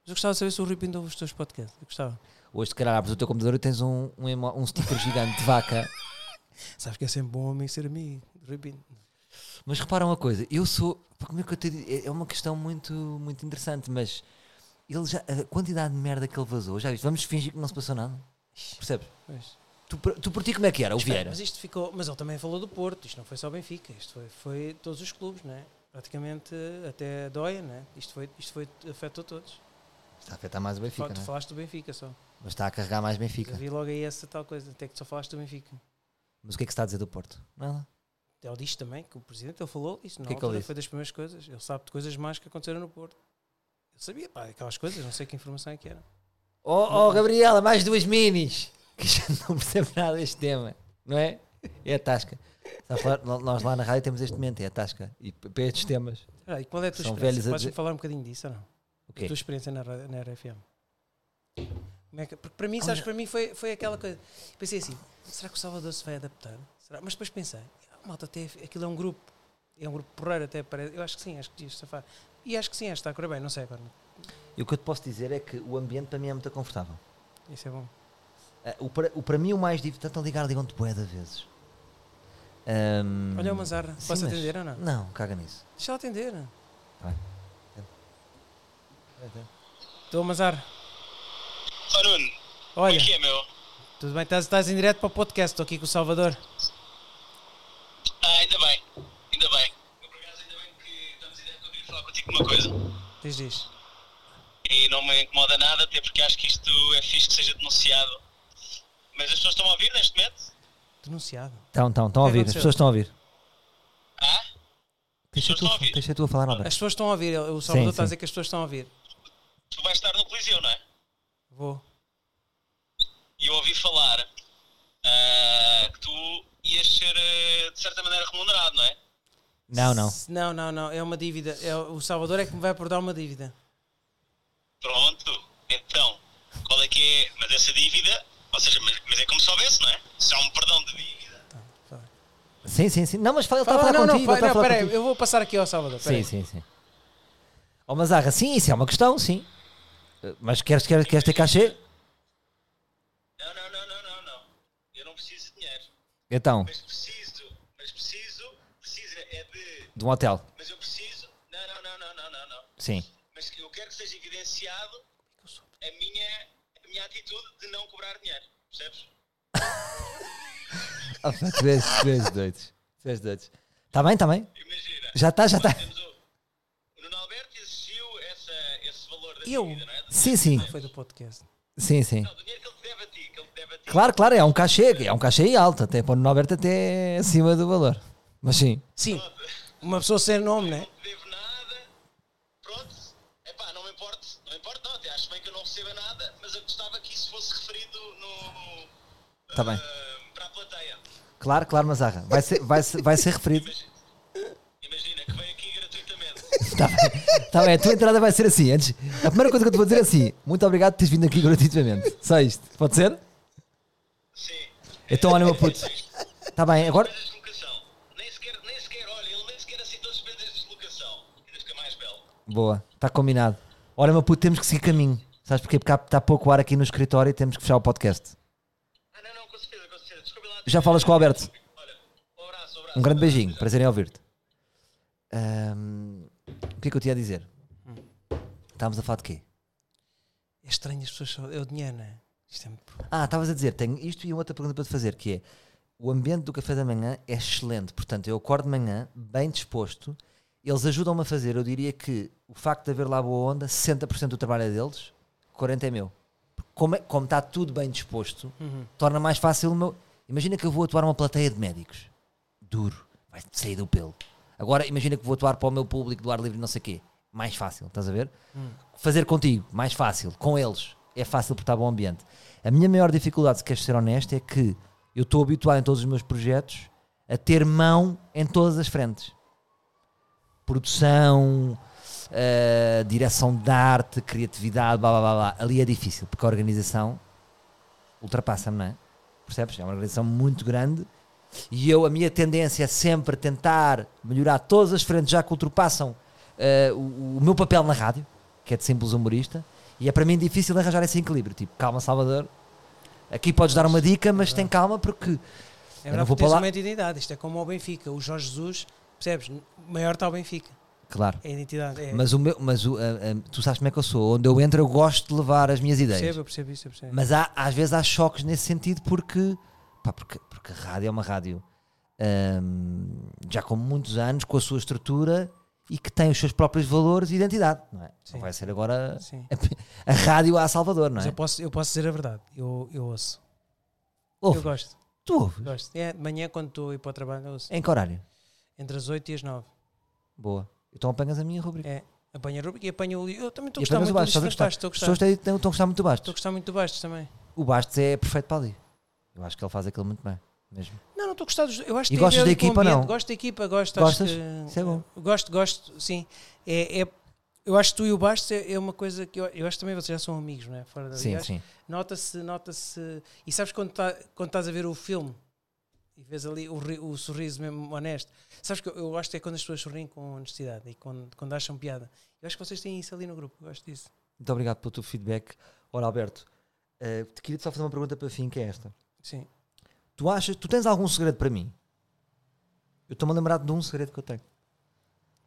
B: Mas eu gostava de saber se o Rui Pinto ouve os teus podcasts. Eu gostava.
A: Hoje, se calhar, abres o teu computador e tens um, um, emo- um sticker gigante de vaca.
B: Sabes que é sempre bom homem ser amigo. do Rui Pinto.
A: Mas repara uma coisa, eu sou. pá, Como é que eu te digo? É uma questão muito, muito interessante, mas ele já, a quantidade de merda que ele vazou, já viste? Vamos fingir que não se passou nada. Percebes?
B: Pois.
A: Tu, pra- tu por ti como é que era? O Vieira?
B: Mas isto ficou. Mas ele também falou do Porto. Isto não foi só Benfica. Isto foi, foi todos os clubes, não é? Praticamente eh, até a Dóia, não é? Isto foi, isto foi afetou todos.
A: Está a afetar mais o Benfica,
B: Fala- tu
A: não é?
B: falaste do Benfica só.
A: Mas está a carregar mais
B: Eu
A: Benfica.
B: vi logo aí essa tal coisa, até que tu só falaste do Benfica.
A: Mas o que é que se está a dizer do Porto? Nada.
B: Ele diz também que o presidente ele falou isso, na
A: Que é que ele
B: altura
A: disse?
B: foi das primeiras coisas. Ele sabe de coisas más que aconteceram no Porto. Eu sabia, pá, aquelas coisas, não sei que informação é que era.
A: Oh, oh, Gabriela, mais duas minis! Que já [LAUGHS] não percebe nada deste tema, não é? É a tasca. Está a falar- no- nós lá na rádio temos este momento, é a tasca. E p- para estes temas.
B: Ah, e qual é a tua
A: São velhos
B: experiência?
A: a
B: Podes-me
A: dizer-
B: falar um bocadinho disso ou não?
A: O é
B: A
A: quê?
B: tua experiência na, ra- na RFM? Como é que- porque para mim,
A: Olha-
B: sabes, para mim foi, foi aquela coisa. Pensei assim, será que o Salvador se vai adaptar? Será? Mas depois pensei, ah, malta, até, aquilo é um grupo. É um grupo porreiro até parece. Eu acho que sim, acho que isto safar. E acho que sim, acho que está a correr bem, não sei agora.
A: E o que eu te posso dizer é que o ambiente para mim é muito confortável.
B: Isso é bom.
A: Ah, o, para, o para mim o mais difícil. Tanto a ligar, ligam-te bué de vezes. Ahm,
B: Olha uma zarra,
A: Hum, sim,
B: posso
A: mas-
B: atender ou não?
A: Não, caga nisso. Tá
B: Deixa ela atender.
A: Vai.
B: Estou a mazar.
D: Ó Nuno, como
B: Olha,
D: é que é, meu?
B: tudo bem? Estás, estás em direto para o podcast, estou aqui com o Salvador.
D: Ah, ainda bem, ainda bem. Eu, por acaso, ainda bem que estamos em direto, eu queria falar contigo de uma coisa.
B: Diz, diz.
D: E não me incomoda nada, até porque acho que isto é fixe que seja denunciado. Mas as pessoas estão a ouvir neste momento?
B: Denunciado.
A: Estão, Então, estão, estão a
B: O que
A: ouvir. As
B: aconteceu?
A: pessoas estão a ouvir.
D: Ah?
A: Deixa
D: As pessoas estão a
A: tu,
D: ouvir.
A: deixa tu a falar, Alberto.
B: As pessoas estão a ouvir, o Salvador
A: Sim,
B: está a
A: sim.
B: dizer que as pessoas estão a ouvir.
D: Tu vais estar no Coliseu, não é?
B: Vou.
D: E eu ouvi falar ah, que tu ias ser, eh, de certa maneira, remunerado, não é?
A: Não, não.
B: Se- Não, não, não, é uma dívida. É, o Salvador é que me vai perdoar uma dívida.
D: Pronto, então, qual é que é? Mas essa dívida, ou seja, mas, mas é como se houvesse, não é? Se há um perdão de dívida.
A: Sim, sim, sim. Não, mas fala, ele está a
B: Ah,
A: falar
B: não,
A: contigo.
B: não,
A: ele está a
B: não,
A: falar
B: peraí,
A: contigo.
B: eu vou passar aqui ao Salvador.
A: Sim,
B: peraí.
A: sim, sim. Ó, Mazarra, sim, isso é uma questão, sim. Eh, Mas queres, queres, queres ter cachê?
D: Não, não, não, não, não, não. Eu não preciso de dinheiro.
A: Então,
D: Mas preciso, mas preciso, preciso é de.
A: de um hotel.
D: Mas eu preciso. Não, não, não, não, não, não, não.
A: Sim.
D: Mas eu quero que seja evidenciado a minha, a minha atitude de não cobrar dinheiro. Percebes?
A: Ah, pá, tu és, tu és doido. Tu és doido. Está Tá bem, está bem?
D: Imagina.
A: Já está, já tá. está.
D: Temos o, o Nuno Alberto exigiu essa, esse valor da
B: Eu?
D: dívida, não é?
A: Sim, sim.
B: Ah, Foi do podcast.
A: Sim, sim.
D: Não, o dinheiro que ele te deve a ti, que ele te deve a ti.
A: Claro, claro, é um cachê, é um cachê alto, até para o Norberto até acima do valor. Mas sim,
B: Sim, uma pessoa sem nome, né?
D: Não te devo nada. Pronto. Epá, não me importa. Não me importa, não. Até acho bem que eu não receba nada, mas eu gostava que isso fosse referido no.
A: está Tá bem.
D: ah, para a plateia.
A: Claro, claro, Mazarra. Vai ser, vai ser, vai ser referido.
D: Imagina, que vem aqui
A: [LAUGHS]
D: gratuitamente.
A: Está Tá bem. Está bem, a tua entrada vai ser assim. Antes, a primeira coisa que eu te vou dizer é assim: muito obrigado por teres vindo aqui gratuitamente. Só isto. Pode ser?
D: Sim.
A: Então, olha, meu puto. Está bem, agora.
D: Mas a deslocação. Nem sequer, nem sequer, olha, ele nem sequer aceitou as despesas de deslocação. Ainda fica mais belo.
A: Boa, está combinado. Olha, meu puto, temos que seguir caminho. Sabes porquê? Porque há- está pouco ar aqui no escritório e temos que fechar o podcast.
D: Ah, não, não, com certeza, com certeza. Desculpa lá.
A: Já falas com o Alberto.
D: Olha, um abraço, um abraço.
A: Um grande beijinho, prazer em ouvir-te. Ahm, o que é que eu te ia dizer? Estávamos a falar de quê?
B: É estranho as pessoas só. É o dinheiro, né? Isto é muito.
A: Ah, estavas a dizer, tenho isto e uma outra pergunta para te fazer, que é o ambiente do café da manhã é excelente, portanto eu acordo de manhã bem disposto, eles ajudam-me a fazer, eu diria que o facto de haver lá boa onda, 60% do trabalho é deles, 40% é meu. Porque Como, é- como está tudo bem disposto, torna mais fácil o meu... Imagina que eu vou atuar uma plateia de médicos, duro, vai sair do pelo. Agora imagina que vou atuar para o meu público do ar livre não sei quê, mais fácil, estás a ver? Fazer contigo, mais fácil, com eles, é fácil porque está bom ambiente. A minha maior dificuldade, se queres ser honesto, é que eu estou habituado em todos os meus projetos a ter mão em todas as frentes. Produção, eh, direção de arte, criatividade, blá blá blá blá. Ali é difícil, porque a organização ultrapassa-me, não é? Percebes? É uma organização muito grande e eu, a minha tendência é sempre tentar melhorar todas as frentes já que ultrapassam eh, o, o meu papel na rádio, que é de simples humorista, E é para mim difícil arranjar esse equilíbrio. Tipo, calma, Salvador. Aqui podes dar uma dica, mas tem calma porque.
B: É
A: eu não
B: verdade
A: vou
B: que
A: para
B: tens
A: lá.
B: uma identidade. Isto é como ao Benfica. O Jorge Jesus, percebes? O maior está o Benfica.
A: Claro.
B: É a identidade. É,
A: Mas, o meu, mas o, a- a- tu sabes como é que eu sou. Onde eu entro, eu gosto de levar as minhas ideias.
B: percebo, eu percebo isso. Eu percebo.
A: Mas há- às vezes há choques nesse sentido porque, pá, porque, porque a rádio é uma rádio hum, já com muitos anos, com a sua estrutura e que tem os seus próprios valores e identidade, não é? Não
B: Sim.
A: vai ser agora
B: Sim.
A: [LAUGHS] a, rádio a Salvador, não
B: Mas
A: é?
B: eu posso, eu posso dizer a verdade. Eu, eu ouço.
A: Ouve,
B: Eu gosto.
A: tu ouves?
B: gosto. É, de manhã, quando estou a ir para o trabalho, eu ouço.
A: Em que horário?
B: Entre as 8 e as 9.
A: Boa. Então apanhas a minha rubrica.
B: É. Apanho a rubrica e apanho o. Eu também estou a
A: e
B: gostar muito
A: apanhas o
B: do
A: baixo.
B: Estou a
A: Estás
B: gostar,
A: a gostar?
B: estou a
A: As pessoas
B: gostar.
A: têm- estão a gostar muito do
B: Estou a
A: Bastos.
B: gostar muito do Bastos também.
A: O Bastos é perfeito para ali. Eu acho que ele faz aquilo muito bem. Mesmo.
B: Não, não estou a gostar dos. Eu acho
A: E
B: que tem a ver
A: gostas
B: ali
A: da
B: com o
A: equipa,
B: ambiente.
A: não?
B: Gosto da equipa, gosto.
A: Gostas?
B: Acho que, eh,
A: Isso é bom.
B: Gosto, gosto, sim. É, é- eu acho que tu e o Bastos é, é uma coisa que eu, eu acho que também vocês já são amigos, não é? Fora da eu
A: Sim,
B: acho-
A: sim.
B: Nota-se, nota-se. E sabes quando, tá- quando estás a ver o filme e vês ali o, ri- o sorriso mesmo honesto? Sabes que eu, eu acho que é quando as pessoas sorriem com honestidade e quando, quando acham piada. Eu acho que vocês têm isso ali no grupo, eu gosto disso.
A: Muito obrigado pelo teu feedback. Ora, Alberto, eh, te queria só fazer uma pergunta para fim, que é esta.
B: Sim.
A: Tu achas, tu tens algum segredo para mim? Eu estou-me a lembrar de um segredo que eu tenho.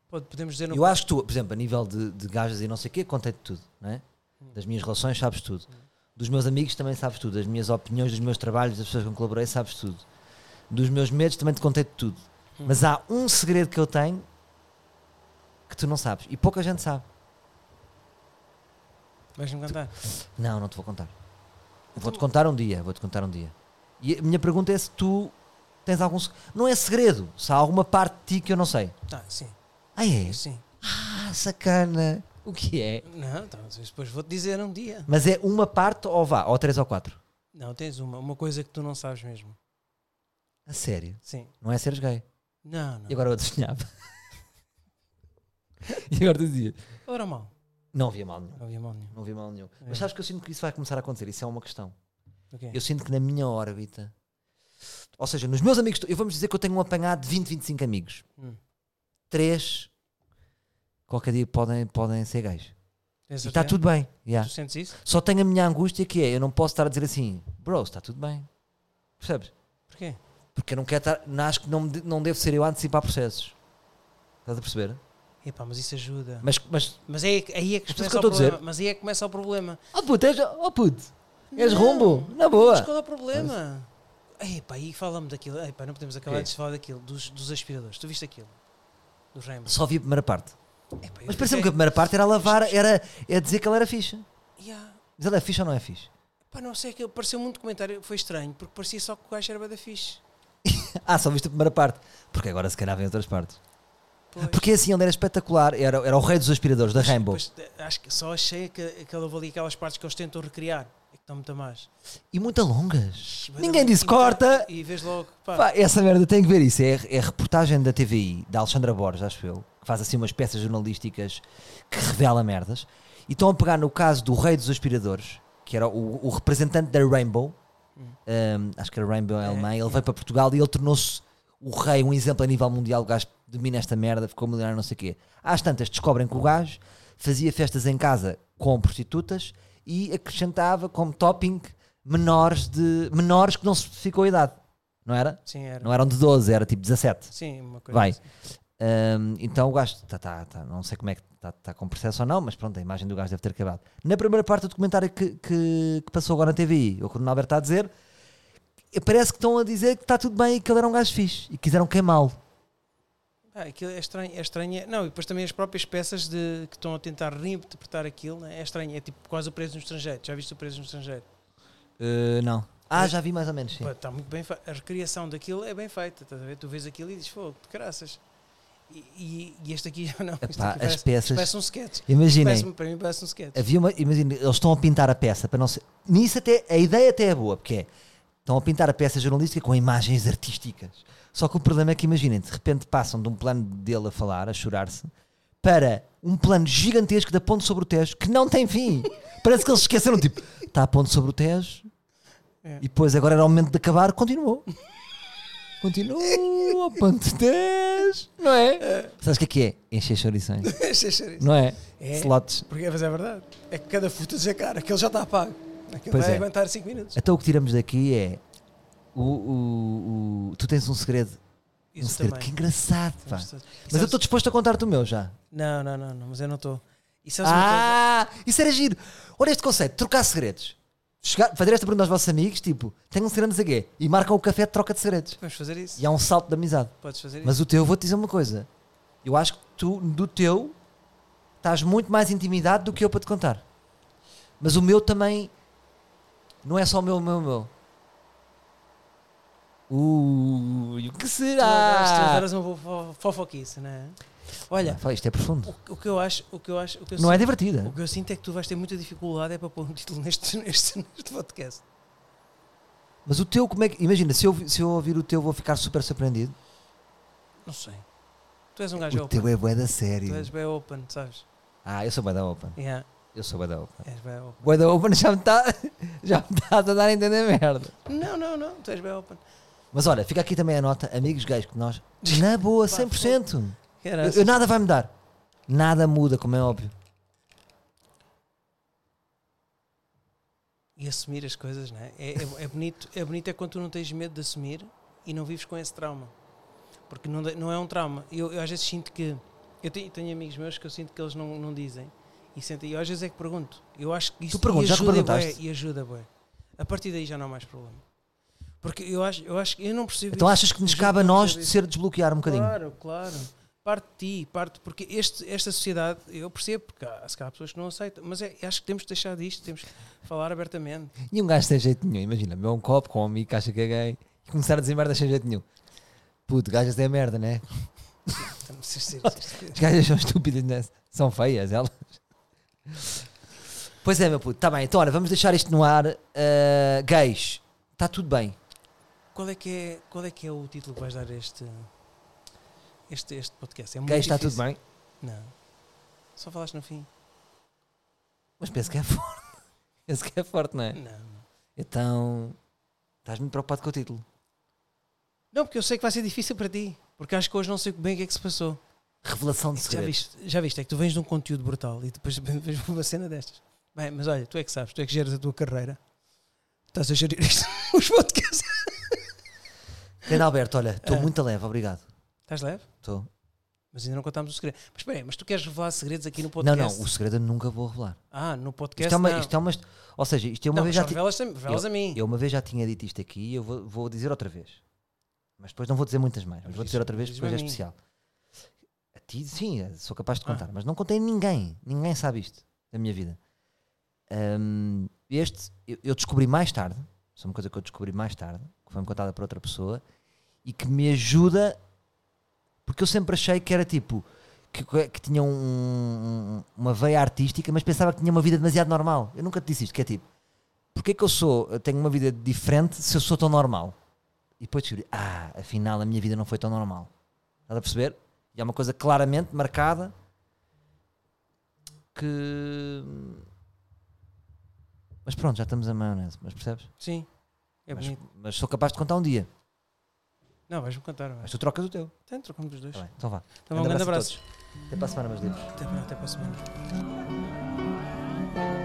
B: Pode- podemos dizer no
A: Eu acho que tu, por exemplo, a nível de, de gajas e não sei o quê, contei-te tudo, não é? Das minhas relações sabes tudo. Dos meus amigos também sabes tudo. Das minhas opiniões, dos meus trabalhos, das pessoas com que colaborei sabes tudo. Dos meus medos também te contei tudo. Mas há um segredo que eu tenho que tu não sabes. E pouca gente sabe.
B: Vais-me cantar.
A: Não, não te vou contar. Vou-te contar um dia, vou-te contar um dia. E a minha pergunta é se tu tens algum segredo. Não é segredo, se há alguma parte de ti que eu não sei.
B: Ah, sim,
A: Ah, é?
B: sim.
A: Ah, sacana. O que é?
B: Não, então, depois vou-te dizer um dia.
A: Mas é uma parte ou vá, ou três ou quatro?
B: Não, tens uma, uma coisa que tu não sabes mesmo.
A: A sério?
B: Sim.
A: Não é seres gay.
B: Não, não.
A: E agora eu adivinhava. [LAUGHS] e agora tu dizias.
B: Ora mal.
A: Não havia mal nenhum.
B: Não havia mal nenhum.
A: Não havia mal nenhum. Mas sabes que eu sinto que isso vai começar a acontecer. Isso é uma questão.
B: O quê?
A: É. Eu sinto que na minha órbita, ou seja, nos meus amigos, eu vamos dizer que eu tenho um apanhado de 20, 25 amigos.
B: Hum.
A: Três, qualquer dia podem, podem ser gays.
B: Tens
A: E está
B: certeza?
A: tudo bem. yeah.
B: Tu sentes isso?
A: Só tenho a minha angústia que é: eu não posso estar a dizer assim, bro, está tudo bem. Percebes?
B: Porquê?
A: Porque eu não quero estar, não, acho que não, me de- não devo ser eu a antecipar processos. Estás a perceber?
B: Epá, mas isso ajuda.
A: Mas, mas
B: Mas aí, é que- aí é que
A: Mas é isso
B: começa
A: que
B: o
A: eu estou a dizer.
B: problema. Mas aí é que começa o problema.
A: oh puto, és, oh puto, és
B: Não.
A: rombo, na
B: Mas
A: boa.
B: qual é o problema? Epá, aí falamos daquilo. Epá, não podemos acabar
A: Quê?
B: antes de falar daquilo. Dos, dos aspiradores. Tu viste aquilo? Do Rainbow.
A: Só vi a primeira parte.
B: Epá, eu
A: Mas pareceu-me que a
B: fiquei-
A: primeira parte era lavar, era, era dizer que ela era ficha.
B: Yeah.
A: Mas ela é ficha ou não é ficha?
B: Epá, não sei, aquilo pareceu muito comentário. Foi estranho, porque parecia só que o gajo era bué da fixe.
A: [LAUGHS] Ah, só viste a primeira parte. Porque agora se calhar vem outras partes.
B: Pois.
A: Porque assim, ele era espetacular. Era, era o rei dos aspiradores, da Rainbow.
B: Pois, eh, acho que só achei que, que ele avalia aquelas partes que eles tentam recriar. É que estão muito a mais.
A: E muito longas.
B: Bué da
A: Ninguém
B: longa.
A: disse corta.
B: E, e vês logo, pá.
A: Pá, essa merda, tem que ver isso. É, é a reportagem da TVI, da Alexandra Borges, acho eu, que faz assim umas peças jornalísticas que revela merdas. E estão a pegar no caso do rei dos aspiradores, que era o, o representante da Rainbow, hum, acho que era Rainbow Alemã, ele veio para Portugal e ele tornou-se o rei, um exemplo a nível mundial. O gajo domina esta merda, ficou milionário, não sei o quê. Às tantas descobrem que o gajo fazia festas em casa com prostitutas e acrescentava como topping menores, de, menores que não se especificou a idade. Não era?
B: Sim, era.
A: Não eram de 12, era tipo 17.
B: Sim, uma coisa.
A: Vai.
B: assim.
A: Ahm, então o gajo, tá, tá, tá, não sei como é que está tá com processo ou não, mas pronto, a imagem do gajo deve ter acabado. Na primeira parte do documentário que, que, que passou agora na TVI, o que o Nuno Alberto está a dizer, eh, parece que estão a dizer que está tudo bem e que ele era um gajo fixe e quiseram queimá-lo.
B: Ah, aquilo é estranho, é estranho. é- Não, e depois também as próprias peças de, que estão a tentar reinterpretar aquilo né? é estranho. É tipo quase o preso no estrangeiro. Já viste o preso no estrangeiro?
A: não. Ah, já vi mais ou menos, sim.
B: Pá, Está muito bem fe- A recriação daquilo é bem feita. Estás a ver? Tu vês aquilo e dizes, fogo, de graças. E, e, e este aqui [LAUGHS] já não. Este
A: Epá,
B: aqui
A: as
B: parece, isto
A: peças-
B: Parece um sketch.
A: Imaginem,
B: Parece, para mim parece um sketch. [LAUGHS]
A: havia uma, imaginem, eles estão a pintar a peça para não ser. Nisso até, a ideia até é boa, porque é, estão a pintar a peça jornalística com imagens artísticas. Só que o problema é que, imaginem, de repente passam de um plano dele a falar, a chorar-se, para um plano gigantesco da ponte sobre o Tejo que não
B: [LAUGHS]
A: tem fim. Parece que eles esqueceram, tipo, está a ponte sobre o Tejo.
B: É.
A: E depois, agora era o momento de acabar, continuou. Continua, ponto 10. Não é? Sabes o que é que é? Encher chorições. Não é?
B: É.
A: Slots.
B: Porque mas é verdade. É que cada footage é caro. Aquele já está pago. Aquele
A: Pois
B: vai
A: é.
B: aguentar 5 minutos.
A: Então o que tiramos daqui é. O, o- o- tu tens um segredo. um
B: Isso
A: segredo.
B: também.
A: Que engraçado, pá.
B: Mas
A: Mas
B: sabes-
A: eu estou disposto a contar-te o meu já.
B: Não, não, não, não, mas eu não estou. Isso é uma
A: Ah, isso era giro. Olha este conceito: trocar segredos. Chegar- fazer esta pergunta aos vossos amigos, tipo, tenham um segredo, não sei o quê, e marcam o café de troca de segredos.
B: Vamos fazer isso.
A: E há um salto de amizade.
B: Podes fazer
A: Mas o teu, vou-te dizer uma coisa. Eu acho que tu, do teu, estás muito mais intimidado do que eu para te contar. Mas o meu também. Não é só o meu, o meu, o meu. Ui, o que
B: isso.
A: será?
B: Tu adoras é uma fofo- fofoquice, não é? Olha,
A: Fala, isto é profundo.
B: o, o que eu acho, o que eu acho, o que eu
A: Não é
B: sinto-
A: divertida.
B: O que eu sinto é que tu vais ter muita dificuldade é para pôr um título neste, [LAUGHS] neste, neste podcast.
A: Mas o teu, como é que. Imagina, se eu, se eu ouvir o teu, vou ficar super surpreendido.
B: Não sei. Tu és um gajo
A: O
B: open.
A: teu é bué da
B: Tu
A: sério.
B: és bem open, sabes?
A: Ah, eu sou bué da open.
B: Yeah,
A: Eu sou bué da open.
B: és bem open.
A: Bué da open [LAUGHS] já me está já me tá a dar a entender merda.
B: Não, não, não, tu és bem open.
A: Mas olha, fica aqui também a nota, amigos gays
B: [LAUGHS]
A: que nós, na boa, 100%. Eu,
B: Caraças.
A: eu- nada vai mudar. Nada muda, como é óbvio.
B: E assumir as coisas, não é? É, é- é bonito, é bonito é quando tu não tens medo de assumir e não vives com esse trauma. Porque não, de- não é um trauma. Eu, eu às vezes sinto que. Eu tenho, tenho amigos meus que eu sinto que eles não, não dizem. E sentem, e eu às vezes é que pergunto. Eu acho que isso
A: Tu perguntas, já que
B: ajuda bué,
A: perguntaste.
B: e ajuda, bué. A partir daí já não há mais problema. Porque eu acho, eu acho que eu não percebo
A: Então
B: isso.
A: achas que nos
B: Eu juro
A: cabe a
B: não
A: nós
B: percebo
A: de
B: isso.
A: ser desbloquear um bocadinho?
B: Claro, claro. Parte de ti, parte. Porque este, esta sociedade, eu percebo, porque há, se calhar há pessoas que não aceitam, mas é, acho que temos de deixar disto, temos que falar abertamente.
A: E um gajo sem jeito nenhum, imagina, meu um copo com um amigo que acha que é gay e começar a dizer merda sem jeito nenhum. Puto, gajas é merda, né?
B: Estamos
A: [LAUGHS]
B: a ser-
A: As gajas são [LAUGHS] estúpidas, né? São feias, elas. Pois é, meu puto, está bem. Então, olha, vamos deixar isto no ar. Uh, gays, está tudo bem.
B: Qual é que é, qual é que é o título que vais dar a este este este podcast? É muito
A: Gays, está tudo
B: difícil.
A: bem.
B: Não. Só falaste no fim.
A: Mas penso que é forte. [LAUGHS] Penso que é forte, não é?
B: Não.
A: Então, estás muito preocupado com o título.
B: Não, porque eu sei que vai ser difícil para ti, porque acho que hoje não sei bem o que é que se passou.
A: Revelação de
B: Já
A: segredos.
B: viste, já viste, é que tu vens de um conteúdo brutal e depois [LAUGHS] vens uma cena destas. Bem, mas olha, tu é que sabes, tu é que geras a tua carreira. Estás a gerir isto, [LAUGHS] os podcasts.
A: Grande Alberto, olha, estou
B: Ah.
A: muito a leve, obrigado.
B: Estás leve?
A: Estou.
B: Mas ainda não contámos o segredo. Mas espera aí, mas tu queres revelar segredos aqui no
A: Não,
B: podcast?
A: não, o segredo eu nunca vou revelar.
B: Ah, no podcast
A: Isto é, uma,
B: não.
A: isto é uma. Ou seja, isto é uma
B: Não,
A: vez
B: só
A: já. ti-
B: revelas, revelas a mim.
A: Eu uma vez já tinha dito isto aqui e eu vou, vou dizer outra vez. Mas depois não vou dizer muitas mais. Mas
B: Mas
A: vou
B: diz-
A: dizer outra vez porque
B: diz-me
A: hoje é
B: a mim. Ah.
A: especial. A ti, sim, eh, sou capaz de contar. Mas não contei a ninguém. Ninguém sabe isto da minha vida. Ahm, este eu, eu descobri mais tarde. Isso é uma coisa que eu descobri mais tarde. Que foi-me contada por outra pessoa. E que me ajuda. Porque eu sempre achei que era tipo. Que, que tinha um- um- uma veia artística, mas pensava que tinha uma vida demasiado normal. Eu nunca te disse isto, que é tipo porque é que eu sou, eu tenho uma vida diferente se eu sou tão normal? E depois descobri, ah, afinal a minha vida não foi tão normal. Estás a perceber? E há uma coisa claramente marcada que. Mas pronto, já estamos a maionese, mas percebes?
B: Sim. É
A: mas,
B: bonito.
A: mas sou capaz de contar um dia.
B: Não, vais-me contar. Vai.
A: Mas tu trocas o teu.
B: Então, trocamos os dois.
A: Tá bem, então vá.
B: Então, um grande abraço.
A: a todos. Até para a semana, meus livros.
B: Até para, até para a semana.